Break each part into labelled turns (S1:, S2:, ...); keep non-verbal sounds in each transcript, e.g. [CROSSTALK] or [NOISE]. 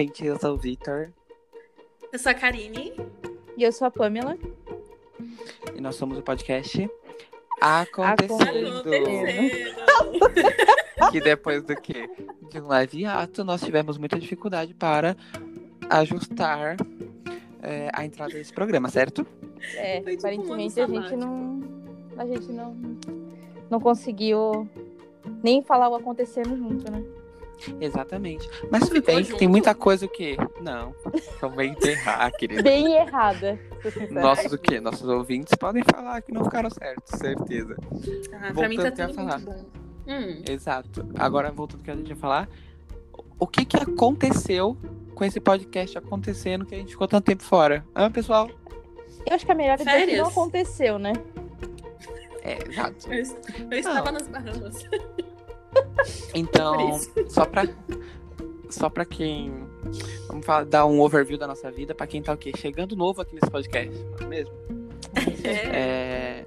S1: Gente, eu sou o Vitor
S2: Eu sou a Karine.
S3: E eu sou a Pamela.
S1: e nós somos o podcast Acontecendo.
S2: Acontecendo.
S1: Que depois do que? De um live ato, nós tivemos muita dificuldade para ajustar é, a entrada desse programa, certo?
S3: É,
S2: Foi tipo um
S3: aparentemente a
S2: ano
S3: gente
S2: sabático.
S3: não. A gente não. Não conseguiu nem falar o acontecendo junto, né?
S1: Exatamente. Mas tudo
S2: Ficou
S1: bem, que tem
S2: junto?
S1: muita coisa o quê? Não. Também tem errar, querida.
S3: Bem errada. se eu sincera.
S1: Nossos o quê? Nossos ouvintes podem falar que não ficaram certos, certeza.
S2: Ah, pra
S1: Voltando
S2: mim tá
S1: que eu ia
S2: tudo
S1: falar.
S2: muito bom. Hum,
S1: Exato. Agora, voltando ao que a gente ia falar, o que que aconteceu com esse podcast acontecendo que a gente ficou tanto tempo fora? Ah, pessoal?
S3: Eu acho que a melhor ideia é que não
S2: Férias.
S3: aconteceu, né?
S1: É, exato.
S2: eu, est- eu
S1: Ah.
S2: estava nas Bahamas. Por
S3: É
S1: Então, só pra, só pra quem... Vamos falar, dar um overview da nossa vida pra quem tá o quê? Chegando novo aqui nesse podcast, não é mesmo?
S2: É.
S1: [LAUGHS] É,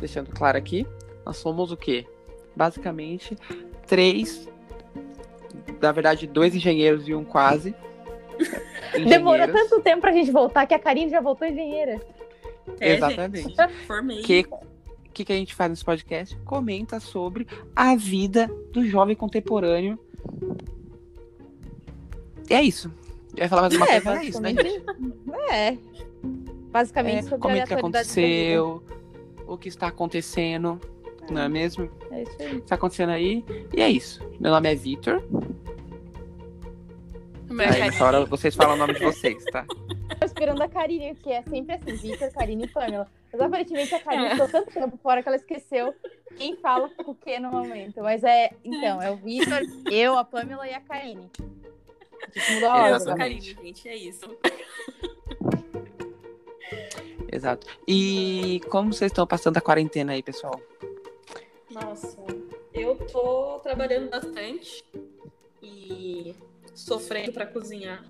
S1: deixando claro aqui, nós somos o quê? Basicamente, três... Na verdade, dois engenheiros e um quase.
S3: Demorou
S1: engenheiros.
S3: tanto tempo pra gente voltar que a Karine já voltou engenheira.
S2: É,
S1: Exatamente.
S2: gente, formei.
S1: que que, que a gente faz nesse podcast? Comenta sobre a vida do jovem contemporâneo. E é isso. Eu ia falar mais uma coisa, mas é isso, né? gente?
S3: É. Basicamente
S1: É,
S3: sobre
S1: comenta
S3: a
S1: o que
S3: atualidade da vida.
S1: aconteceu, o que está acontecendo, não é mesmo? O
S3: É isso aí.
S1: que está acontecendo aí? E é isso. Meu nome é Vitor.
S2: Como é que
S1: Aí
S2: é?
S1: nessa hora vocês falam o nome de vocês, tá? [LAUGHS]
S3: Tô esperando a Karine, que é sempre assim, Vitor, Karine e Pamela. Mas aparentemente a Karine
S2: É.
S3: ficou tanto tempo fora que ela esqueceu quem fala com o que no momento. Mas é, então, é o Vitor, eu, a Pamela e a Karine. A gente mudou a
S2: Eu
S3: ordem. né?
S1: É,
S2: sou
S1: Exatamente.
S2: Karine, gente, é isso.
S1: Exato. E como vocês estão passando a quarentena aí, pessoal?
S2: Nossa, eu tô trabalhando bastante e sofrendo pra cozinhar,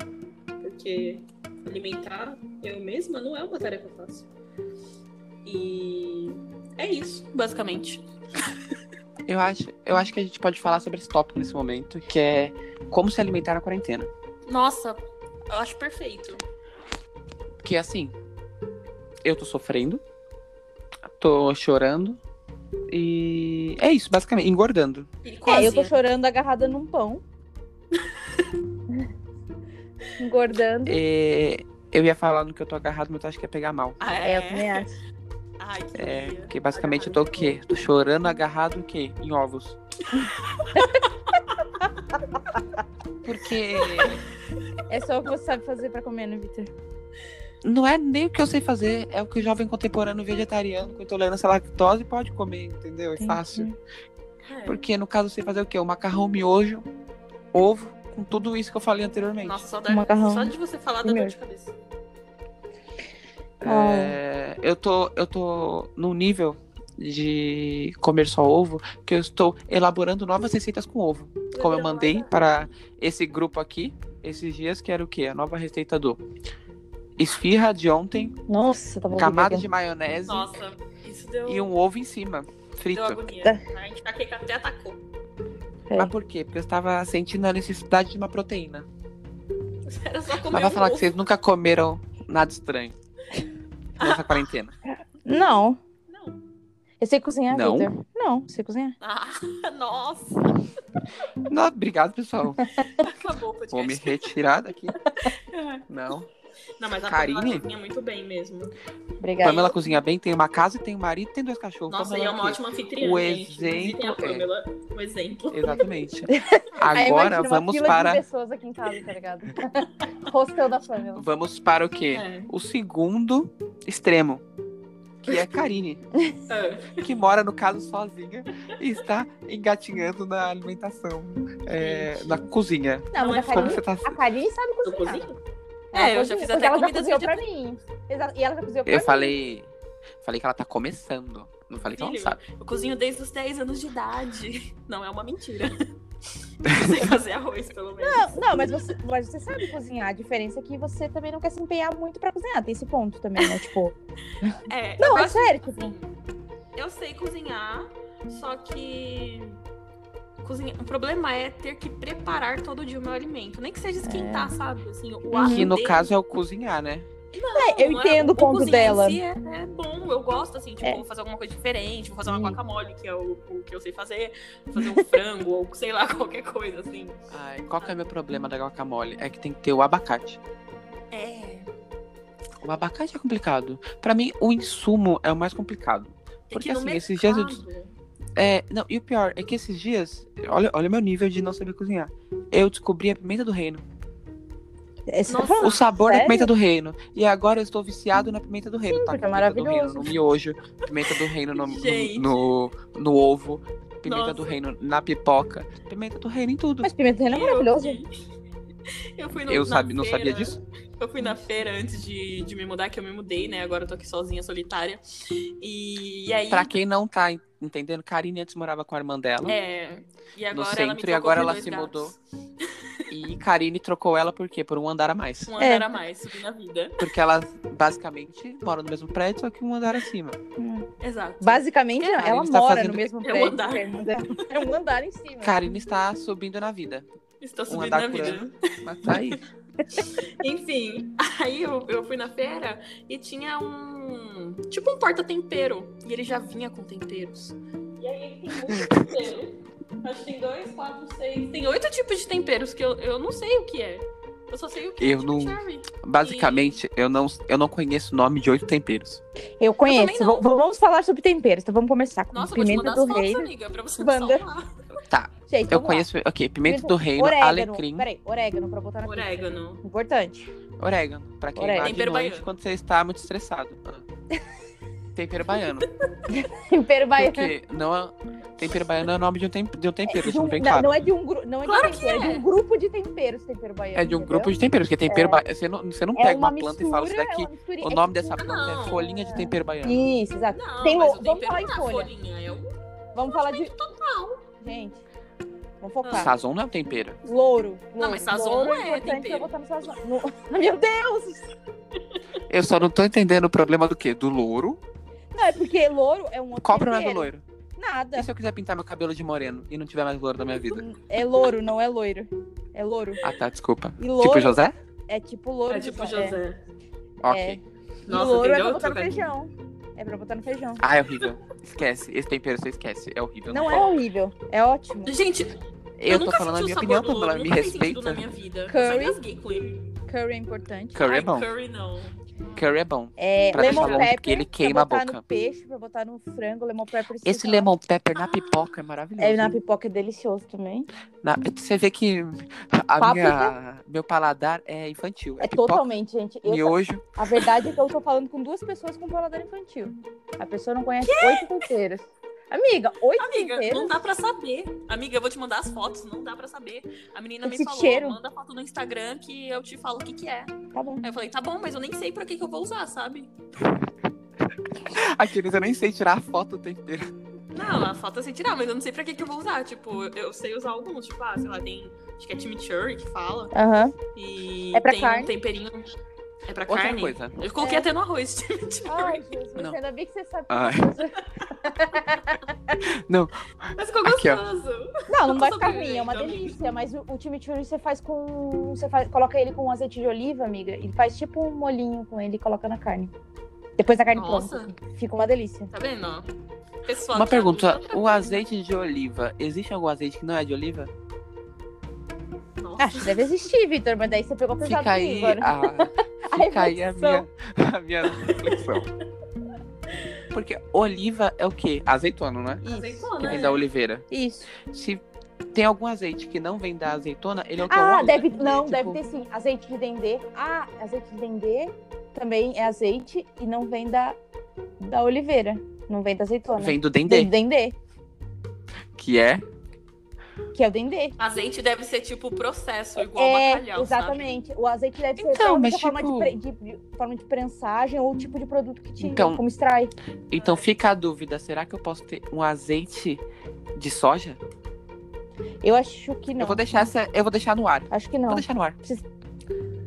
S2: porque alimentar eu mesma não é uma tarefa fácil. E é isso, basicamente.
S1: Eu acho, eu acho que a gente pode falar sobre esse tópico nesse momento, que é como se alimentar na quarentena.
S2: Nossa, eu acho perfeito.
S1: Que assim, eu tô sofrendo, tô chorando e é isso, basicamente, engordando.
S2: E
S3: É,
S2: quase.
S3: eu tô chorando agarrada num pão. [LAUGHS] Engordando.
S1: É, eu ia falar no que eu tô agarrado, mas eu acho que ia pegar mal.
S2: Ah,
S3: É,
S2: é?
S3: eu também acho.
S2: Ai, que
S1: É,
S2: dia.
S1: porque basicamente eu tô o quê? Tô chorando agarrado o quê? Em ovos. porque
S3: É só o que você sabe fazer pra comer, né, Vitor?
S1: não é nem o que eu sei fazer, é o que o jovem contemporâneo vegetariano com intolerância à lactose pode comer, entendeu? É fácil.
S2: É.
S1: Porque no caso você fazer o quê? O macarrão miojo, ovo, com tudo isso que eu falei anteriormente.
S2: Nossa, só, dá-
S3: Macarrão.
S2: só de você falar da dor de cabeça.
S1: É, eu, tô, eu tô num nível de comer só ovo que eu estou elaborando novas receitas com ovo. Como eu mandei para esse grupo aqui esses dias, que era o quê? A nova receita do esfirra de ontem,
S3: Nossa, tá bom.
S1: camada de maionese
S2: Nossa, isso deu,
S1: e um ovo em cima,
S2: deu
S1: frito.
S2: agonia.
S3: Tá.
S2: A gente tá aqui até atacou.
S1: Mas por quê? Porque eu estava sentindo a necessidade de uma proteína.
S2: Era só comer
S1: Mas vai
S2: um
S1: falar
S2: ovo.
S1: que vocês nunca comeram nada estranho nessa quarentena.
S3: Não.
S2: Não.
S3: Eu sei cozinhar,
S1: Não?
S3: Vitor. Não, sei cozinhar.
S2: Ah, [LAUGHS] nossa.
S1: Não, obrigado, pessoal.
S2: Acabou o
S1: Vou me
S2: podcast.
S1: retirar daqui. Não.
S2: [LAUGHS] Não, mas a
S1: Karine?
S2: Pamela cozinha muito bem mesmo.
S3: Obrigada.
S1: Pamela cozinha bem, tem uma casa, tem um marido, tem dois cachorros.
S2: Nossa,
S1: Pamela
S2: e é uma
S1: quê?
S2: ótima anfitriã,
S1: O
S2: gente. Visitem a
S1: exemplo é-
S2: Pamela, um exemplo. [LAUGHS]
S1: Exatamente.
S3: Aí imagina
S1: Agora
S3: uma
S1: vamos
S3: fila De
S1: para
S3: pessoas aqui em casa, tá ligado? [LAUGHS] Hostel da Pamela.
S1: vamos para o quê?
S2: É.
S1: O segundo extremo, que é a Karine,
S2: É.
S1: que mora no caso sozinha e está engatinhando na alimentação, é, na cozinha.
S3: Não, mas
S2: é
S3: a
S1: Como
S3: Karine,
S1: você tá?
S3: a Karine sabe
S2: Eu
S3: cozinhar.
S2: cozinho?
S3: Ela
S2: É, eu já
S3: cozinha,
S2: fiz
S3: porque
S2: até
S3: ela já
S2: comida
S3: cozinhou
S2: de-
S3: pra mim. Exato. E ela já cozinhou pra
S1: Eu
S3: mim.
S1: falei, falei que ela tá começando. Não falei que ela não
S2: Filho.
S1: sabe.
S2: Eu cozinho desde os 10 anos de idade. Não é uma mentira. [LAUGHS] Eu sei fazer arroz, pelo menos.
S3: Não, não, mas você, mas você sabe cozinhar. A diferença é que você também não quer se empenhar muito pra cozinhar. Tem esse ponto também,
S2: [LAUGHS]
S3: né? Tipo.
S2: É, eu
S3: Não, é
S2: gosto
S3: sério,
S2: Assim,
S3: tipo.
S2: eu sei cozinhar, só que cozinhar. O problema é ter que preparar todo dia o meu alimento. Nem que seja esquentar, sabe? Assim, o ato
S1: É. Que no
S2: dele-
S1: caso é o cozinhar, né?
S3: É, eu
S2: Não,
S3: entendo o ponto
S2: cozinhar em
S3: dela.
S2: si é, é bom, eu gosto, assim, tipo,
S3: É.
S2: vou fazer alguma coisa diferente, vou fazer uma
S3: Sim.
S2: guacamole, que é o, o que eu sei fazer, vou fazer um frango, [LAUGHS] ou sei lá, qualquer coisa, assim.
S1: Ai, qual que é o meu problema da guacamole? É que tem que ter o abacate.
S2: É,
S1: O abacate é complicado. Pra mim, o insumo é o mais complicado.
S2: tem
S1: Porque,
S2: que ir no
S1: assim, esses dias eu-
S2: mercado.
S1: É, não, e o pior é que esses dias, olha, olha o meu nível de não saber cozinhar. Eu descobri a pimenta do reino.
S3: Esse é
S2: Nossa,
S1: O sabor da
S3: Ah, Sério?
S1: pimenta do reino. E agora eu estou viciado na pimenta do reino. tá
S3: porque
S1: com
S3: é
S1: pimenta do reino
S3: maravilhoso.
S1: no miojo, pimenta do reino no, no-
S2: Gente.
S1: no, no ovo, pimenta
S2: Nossa.
S1: do reino na pipoca, pimenta do reino em tudo.
S3: Mas pimenta do reino é
S2: Eu
S3: maravilhoso.
S2: fui- Eu fui no,
S1: eu
S2: na
S1: sabe, não sabia
S2: feira.
S1: disso?
S2: Eu fui na feira antes de, de me mudar, que eu me mudei, né? Agora eu tô aqui sozinha, solitária. E, e aí.
S1: Pra quem não tá en- entendendo, Karine antes morava com a irmã dela.
S2: É. E agora ela me
S1: centro, e
S2: trocou
S1: agora
S2: por
S1: ela
S2: dois
S1: se
S2: gatos.
S1: mudou. E Karine trocou ela por quê? Por um andar a mais.
S2: Um
S3: É.
S2: andar a mais, subi na vida.
S1: Porque elas basicamente moram no mesmo prédio, só que um andar acima.
S2: Exato.
S3: Hum. Basicamente,
S1: Karine
S3: ela
S1: está
S3: mora
S1: fazendo-
S3: no mesmo
S2: É um
S3: prédio.
S2: andar.
S3: É um andar em cima.
S1: Karine está subindo na vida.
S2: Estou
S1: um
S2: subindo
S1: andar
S2: na
S1: por
S2: vida.
S1: ano. Mas tá
S3: [LAUGHS]
S1: aí.
S2: Enfim, [LAUGHS] aí eu, eu fui na feira e tinha um. Tipo um porta-tempero. E ele já vinha com temperos. E aí ele tem muito tempero. Acho que tem dois, quatro, seis. Tem oito tipos de temperos que eu, eu não sei o que é. Eu só sei o que
S1: Eu
S2: tipo,
S1: não-
S2: serve.
S1: Basicamente, eu não, eu não conheço o nome de oito temperos.
S3: Eu
S2: Eu
S3: conheço.
S2: também não.
S3: V- vamos falar sobre temperos, então vamos começar com
S2: Nossa, eu vou te
S3: pimenta
S2: mandar as
S3: do
S2: fotos,
S3: reino.
S2: amiga, pra você
S3: Manda.
S2: salvar.
S3: Gente,
S1: Eu
S3: vamos lá.
S1: conheço, ok, pimenta do reino,
S3: orégano,
S1: alecrim,
S3: Peraí, orégano pra botar na pizza.
S2: Orégano.
S3: Importante. [LAUGHS]
S1: orégano. Pra quem
S3: Orégano.
S1: vai de
S2: Tempero
S1: noite
S2: baiano.
S1: quando você está muito
S3: [LAUGHS]
S1: estressado. Ah. Tempero baiano.
S3: Tempero baiano.
S1: Porque não é- tempero baiano é o nome de um, tem- de um tempero,
S3: De
S1: isso
S3: um-
S1: não vem
S3: não,
S1: claro.
S3: não é de um grupo, não é
S2: Claro
S3: de
S2: que
S3: tempero, é. de
S2: é.
S3: um grupo de temperos tempero baiano.
S1: É de um
S3: entendeu?
S1: grupo de temperos, porque tempero baiano. Você não, você não pega
S3: é
S1: uma,
S3: uma,
S1: planta
S3: mistura,
S1: e fala isso
S3: é
S1: daqui.
S3: uma misturinha,
S1: O
S3: é
S1: nome
S3: tipo-
S1: dessa planta
S2: não.
S1: é folhinha de tempero baiano.
S3: Isso, exato.
S2: Não,
S3: Ah, Tem o-
S2: mas o
S3: vamos
S2: tempero
S3: falar em
S2: na
S3: folha.
S2: folhinha. É o
S3: Vamos falar de.
S2: total.
S3: Gente, vamos focar.
S1: Sazon não é um tempero.
S3: Louro,
S2: Não, mas sazon
S3: louro
S2: não é
S3: importante
S2: tempero.
S3: pra botar no sazon. No- [LAUGHS] Meu Deus!
S1: Eu só não tô entendendo o problema do quê? Do louro?
S3: Não, é porque louro é um outro
S1: Qual o problema do
S3: tempero.
S1: loiro?
S3: Nada.
S1: E se eu quiser pintar meu cabelo de moreno e não tiver mais loiro na minha vida?
S3: É louro, não é loiro. É louro.
S1: Ah, tá, desculpa.
S3: E louro
S1: Tipo José?
S3: é tipo louro.
S2: É tipo
S3: de-
S2: José.
S1: Ok.
S3: E
S2: Nossa,
S3: louro é
S2: entendeu?
S3: pra botar no
S2: Trocadilho.
S3: feijão. É pra botar no feijão.
S1: Ah, é horrível. Esquece. Esse tempero você esquece. É horrível.
S3: Não é
S1: pode.
S3: horrível, é ótimo.
S2: Gente,
S1: Eu, tô
S2: nunca
S1: falando
S2: senti
S1: a
S2: o
S1: minha
S2: sabor
S1: opinião,
S2: do louro,
S1: Pamela. Me
S2: nunca fez sentido
S1: respeita.
S2: Na minha vida.
S3: Curry.
S2: Eu só engasguei com ele.
S3: Curry é importante.
S1: Curry
S2: Ai,
S1: é bom.
S2: Curry não.
S1: Curry é bom.
S3: É,
S1: Pra
S3: lemon
S1: deixar longe,
S3: pepper,
S1: porque ele queima a
S3: pra botar no
S1: boca.
S3: peixe, pra botar no frango, lemon pepper.
S1: Esse
S3: sei lá.
S1: lemon pepper na pipoca é maravilhoso.
S3: É, na pipoca é delicioso também.
S1: Na- Você vê que a
S3: Páprica.
S1: minha... meu paladar é infantil. É,
S3: É
S1: pipoca,
S3: totalmente, gente. eu-
S1: miojo.
S3: a verdade é que eu tô falando com duas pessoas com paladar infantil. A pessoa não conhece oito temperos. Amiga, oito
S2: Amiga,
S3: temperos?
S2: não dá pra saber. Amiga, eu vou te mandar as fotos, não dá pra saber. A menina me
S3: Esse
S2: falou,
S3: cheiro.
S2: manda foto no Instagram que eu te falo o que que é.
S3: Tá bom.
S2: Aí eu falei, tá bom, mas eu nem sei pra que que eu vou usar, sabe?
S1: A Teresa nem sei tirar a foto do tempero.
S2: Não, a foto eu sei tirar, mas eu não sei pra que que eu vou usar. Tipo, eu eu sei usar alguns, tipo, ah, sei lá, tem... Acho que é chimichurri que fala.
S3: Aham.
S2: E
S3: É pra
S2: tem
S3: carne.
S2: um temperinho... É pra
S1: Outra
S2: carne?
S1: coisa.
S2: Eu coloquei
S3: É.
S2: até no arroz, [LAUGHS] chimichurri.
S3: Ai, Jesus,
S1: Não.
S3: ainda bem que você sabe.
S1: Ai.
S2: Mas ficou
S1: Aqui, ó.
S2: gostoso.
S3: Não, não vai
S2: tô
S3: ficar ruim, é
S1: então.
S3: uma
S2: sobrevivendo.
S3: delícia. Mas o, o chimichurri você faz com. Você faz, coloca ele com um azeite de oliva, amiga, e faz tipo um molinho com ele e coloca na carne. Depois da carne
S2: Nossa.
S3: pronta. assim. Fica uma delícia.
S2: Tá vendo? ó? Pessoal, tá
S1: Uma
S2: que
S1: pergunta,
S2: adulta-
S1: o azeite de oliva, existe algum azeite que não é de oliva?
S2: Nossa.
S3: Acho que deve existir, Vitor, mas daí você pegou pesado
S1: Fica aí
S3: comigo agora.
S1: a,
S3: [LAUGHS]
S1: fica aí a minha,
S3: reflexão.
S1: a minha reflexão. Porque oliva é o quê? Azeitona, né?
S3: Isso.
S2: Azeitona,
S1: Que vem
S2: né?
S1: da oliveira.
S3: Isso.
S1: Se tem algum azeite que não vem da azeitona, ele é o que eu
S3: Ah,
S1: uso.
S3: deve. Não,
S1: Tipo,
S3: deve ter sim. Azeite de dendê. Ah, azeite de dendê também é azeite e não vem da, da oliveira. Não vem da azeitona.
S1: Vem do
S3: Vem
S1: dendê,
S3: do dendê,
S1: que é...
S3: que é o dendê.
S2: Azeite deve ser tipo o processo, igual
S3: é,
S2: bacalhau,
S3: exatamente. O azeite deve ser
S1: Então,
S3: então,
S1: mas,
S3: forma, de,
S1: tipo-
S3: pre- de- de- forma de prensagem ou tipo de produto que te
S1: Então-
S3: como extrai.
S1: Então fica a dúvida, será que eu posso ter um azeite de soja?
S3: Eu acho que não.
S1: Eu vou deixar essa, eu vou deixar no ar.
S3: Acho que
S1: Vou
S3: não.
S1: deixar no ar.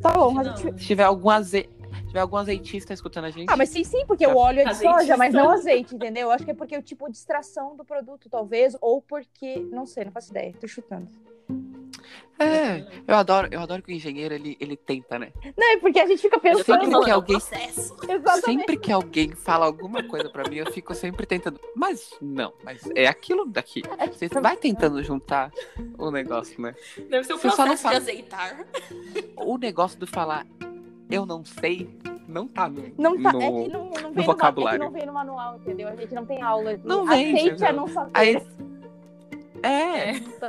S3: Tá bom,
S2: Não.
S3: azeite.
S1: Tipo, Se tiver algum azeite, tiver algum azeitista escutando a gente.
S3: Ah, mas sim, sim, porque o óleo é de
S2: Azeitista.
S3: soja, mas não azeite, entendeu? Eu Acho que é porque o tipo de extração do produto, talvez, ou porque. Não sei, não faço ideia, tô chutando.
S1: É, eu adoro, eu adoro que o engenheiro ele, ele tenta, né?
S3: Não, é porque a gente fica
S2: Eu
S1: Sempre
S2: falo,
S3: pensando.
S1: que
S2: mano, é o
S1: alguém-
S2: processo.
S3: Exatamente.
S1: Sempre que alguém fala alguma coisa pra mim, eu fico sempre tentando. Mas não, mas é aquilo daqui. Você vai tentando juntar o negócio, né?
S2: Deve ser o
S1: Você só não
S2: processo de
S1: fala.
S2: azeitar. É
S1: O negócio do falar eu não sei não tá no.
S3: Não tá,
S1: no-
S3: é que não, não, vem no,
S1: vocabulário.
S3: é que não vem no manual, entendeu? A gente não tem aula. De...
S1: Não vem,
S3: Aceite
S1: entendeu?
S3: a não saber.
S1: Aí- É,
S2: É isso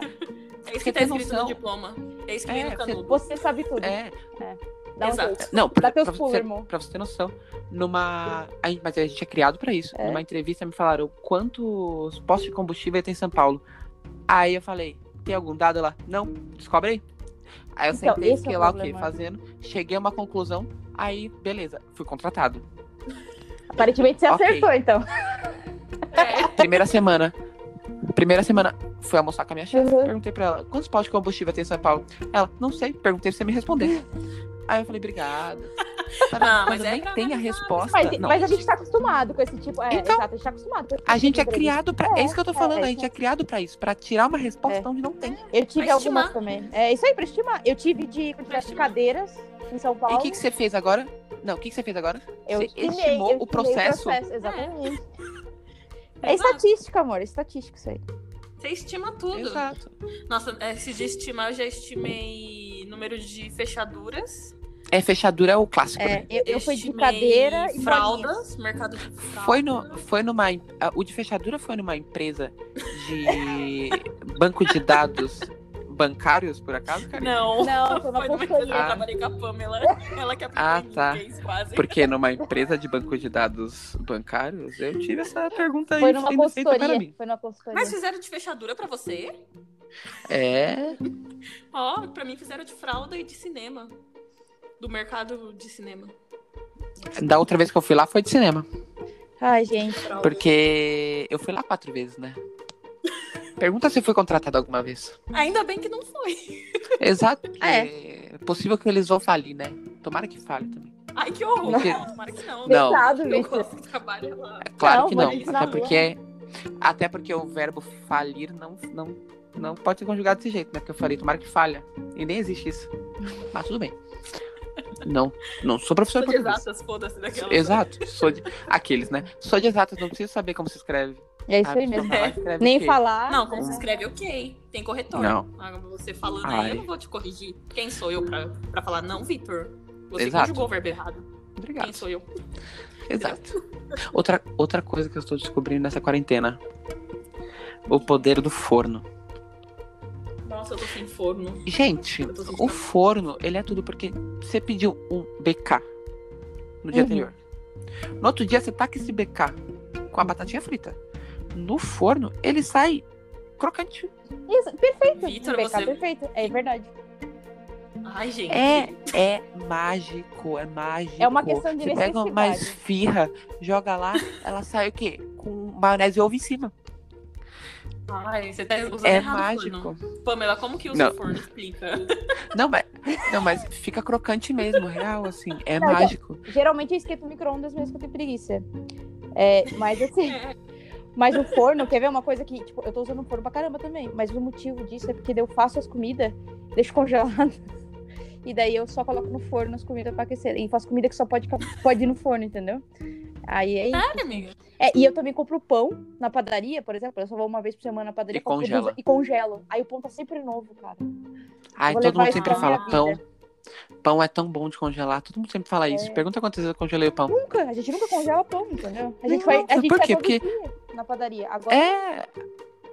S1: Você
S2: que tá
S1: tem
S2: escrito
S1: noção?
S2: no diploma. É isso que
S1: É,
S2: vem no
S1: você-
S2: canudo.
S3: Você sabe tudo.
S1: é.
S3: Dá um
S2: Exato.
S3: jeito.
S1: Não,
S3: Dá
S1: pra,
S3: teus
S1: pra
S3: pulos,
S1: você,
S3: irmão.
S1: pra você ter noção, numa. a gente- mas a gente é criado pra isso.
S3: É.
S1: Numa entrevista me falaram quantos postos de combustível tem em São Paulo. Aí eu falei, tem algum dado lá? Não, descobre aí. Aí eu
S3: Então,
S1: sentei,
S3: esse é
S1: fiquei
S3: o
S1: lá o quê?
S3: problema.
S1: Fazendo, cheguei a uma conclusão, aí beleza, fui contratado.
S3: Aparentemente você
S1: Ok.
S3: acertou, então.
S2: É,
S1: Primeira semana. Primeira semana, fui almoçar com a minha chefe,
S3: Uhum.
S1: perguntei pra ela, quantos postos de combustível tem em São Paulo? Ela, não sei, perguntei pra você me responder. Aí eu falei, obrigada.
S2: Ah, mas
S1: Quando
S2: é
S1: nem
S2: pra
S1: tem a
S2: analisar,
S1: resposta.
S3: Mas,
S1: não,
S3: mas a gente tá acostumado com esse tipo. É,
S1: Então,
S3: exato, a gente tá acostumado. Com
S1: A
S3: esse tipo
S1: gente
S3: de
S1: é
S3: entrevista.
S1: criado pra. É, isso que eu tô
S3: É,
S1: falando,
S3: é
S1: a gente é criado pra isso, pra tirar uma resposta
S3: É.
S1: onde não tem.
S3: Eu tive
S2: Pra
S3: algumas
S2: estimar.
S3: também. É isso aí, pra estimar. Eu tive de
S2: Pra
S3: quantidade de
S2: estimar.
S3: cadeiras em São
S1: E
S3: Paulo.
S1: o que, que você fez agora? Não, o que, que você fez agora?
S3: eu
S1: você
S3: estimei,
S1: estimou
S3: eu
S1: o
S3: estimei
S1: processo?
S3: Exatamente. É,
S2: É.
S3: estatística, amor. É estatística isso aí.
S2: você estima tudo.
S1: Exato.
S2: Nossa, esse de estimar eu já estimei número de fechaduras.
S1: É, fechadura é o clássico. né?
S3: É, eu, eu fui de
S2: estimei
S3: cadeira e bolinhas.
S2: fraldas, mercado de fraldas.
S1: Foi, no, foi numa. em- ah, O de fechadura foi numa empresa
S2: [LAUGHS]
S1: de banco de dados bancários, por acaso, cara?
S2: Não.
S3: Não, foi uma
S2: numa empresa que eu
S3: consultoria.
S1: Ah.
S2: trabalhei com a
S3: [LAUGHS]
S2: Pamela. Ela que aplicou
S1: Ah,
S2: em
S1: tá.
S2: inglês, quase.
S1: Porque numa empresa de banco de dados bancários, eu tive essa pergunta aí
S3: Foi numa
S1: sendo feita para
S3: consultoria.
S1: mim.
S3: Foi numa consultoria.
S2: Mas fizeram de fechadura pra você?
S1: É.
S2: Ó, pra mim fizeram de fralda e de cinema. Do mercado de cinema.
S1: Da outra vez que eu fui lá foi de cinema.
S3: Ai, gente.
S2: Fralda.
S1: Porque eu fui lá quatro vezes, né? Pergunta se eu fui contratado alguma vez.
S2: Ainda bem que não foi.
S3: [LAUGHS]
S1: Exato. É. possível que eles vão falir, né? Tomara que fale também.
S2: Ai, que horror.
S1: Porque-
S2: Tomara que não.
S1: Não.
S3: Pesado,
S2: Eu
S3: Vitor.
S2: gosto que trabalha lá.
S1: É claro
S3: Não,
S1: que
S3: vou
S1: não.
S3: eles na
S1: Até
S3: rua.
S1: porque, até porque o verbo falir não, não, não pode ser conjugado desse jeito, né? Porque eu falei, tomara que falha. E nem existe isso. Mas tudo bem. Não, não sou professor
S2: Sou
S1: de
S2: de
S1: português.
S2: exatas, foda-se daquela.
S1: Exato. Sou de... Aqueles, né? Sou de exatas, não preciso saber como se escreve.
S3: É isso
S1: sabe?
S3: aí mesmo.
S1: Só falar, escreve
S3: Nem
S1: o quê?
S3: falar.
S2: Não, como se
S3: né?
S2: escreve, ok. Tem corretor.
S1: Não.
S2: Agora Você falando
S1: Ai.
S2: aí, eu não vou te corrigir. Quem sou eu pra, pra falar não, Vitor? Você
S1: Exato.
S2: conjugou o verbo errado.
S1: Obrigado.
S2: Quem sou eu?
S1: Exato. Outra, outra coisa que eu estou descobrindo nessa quarentena: o poder do forno.
S2: Nossa, eu tô sem forno.
S1: Gente,
S2: Eu tô sem
S1: o
S2: forno.
S1: forno, ele é tudo porque você pediu um BK no dia
S3: Uhum.
S1: anterior. No outro dia, você taca esse BK com a batatinha frita. No forno, ele sai crocante.
S3: Isso, perfeito.
S2: Vitor,
S3: BK,
S2: você-
S3: Perfeito. É verdade.
S2: Ai, gente.
S1: É, é mágico, é mágico.
S3: É uma questão de
S1: Você pega uma
S3: necessidade.
S1: esfirra, joga lá, ela sai o quê? Com maionese e ovo em cima.
S2: Ai, você tá usando
S1: é
S2: errado o
S1: mágico.
S2: forno. Pamela, como que usa
S1: Não.
S2: o forno?
S3: [LAUGHS]
S2: Explica.
S1: Não, mas, não, mas fica crocante mesmo, real, assim. É
S3: Não, então-
S1: mágico.
S3: Geralmente eu esquento micro-ondas mesmo que eu tenho preguiça. É, mas
S1: [LAUGHS]
S3: assim,
S2: É.
S3: mas o forno, quer ver uma coisa que, tipo, eu tô usando o forno pra caramba também, mas o motivo disso é porque daí eu faço as comidas, deixo congelado, [LAUGHS] e daí eu só coloco no forno as comidas pra aquecer. E faço comida que só pode, ca- pode ir no forno, entendeu? Aí é, isso.
S2: Sério, amiga?
S3: É, e eu também compro pão na padaria, por exemplo, eu só vou uma vez por semana na
S1: E
S3: padaria compro
S1: congela.
S3: duas- e congelo. Aí o pão tá sempre novo, cara.
S1: Ai,
S3: Vou
S1: todo
S3: levar
S1: mundo
S3: isso
S1: sempre
S2: pra
S1: fala
S3: minha
S1: pão. Pão é tão bom de congelar. Todo mundo sempre fala
S3: É.
S1: isso. Pergunta quantas vezes eu congelei o pão.
S3: Nunca, a gente nunca congela pão, entendeu? A gente
S1: Não,
S3: vai, a
S1: por
S3: gente vai
S1: quê?
S3: todo
S1: Porque-
S3: dia na padaria. Agora
S1: É.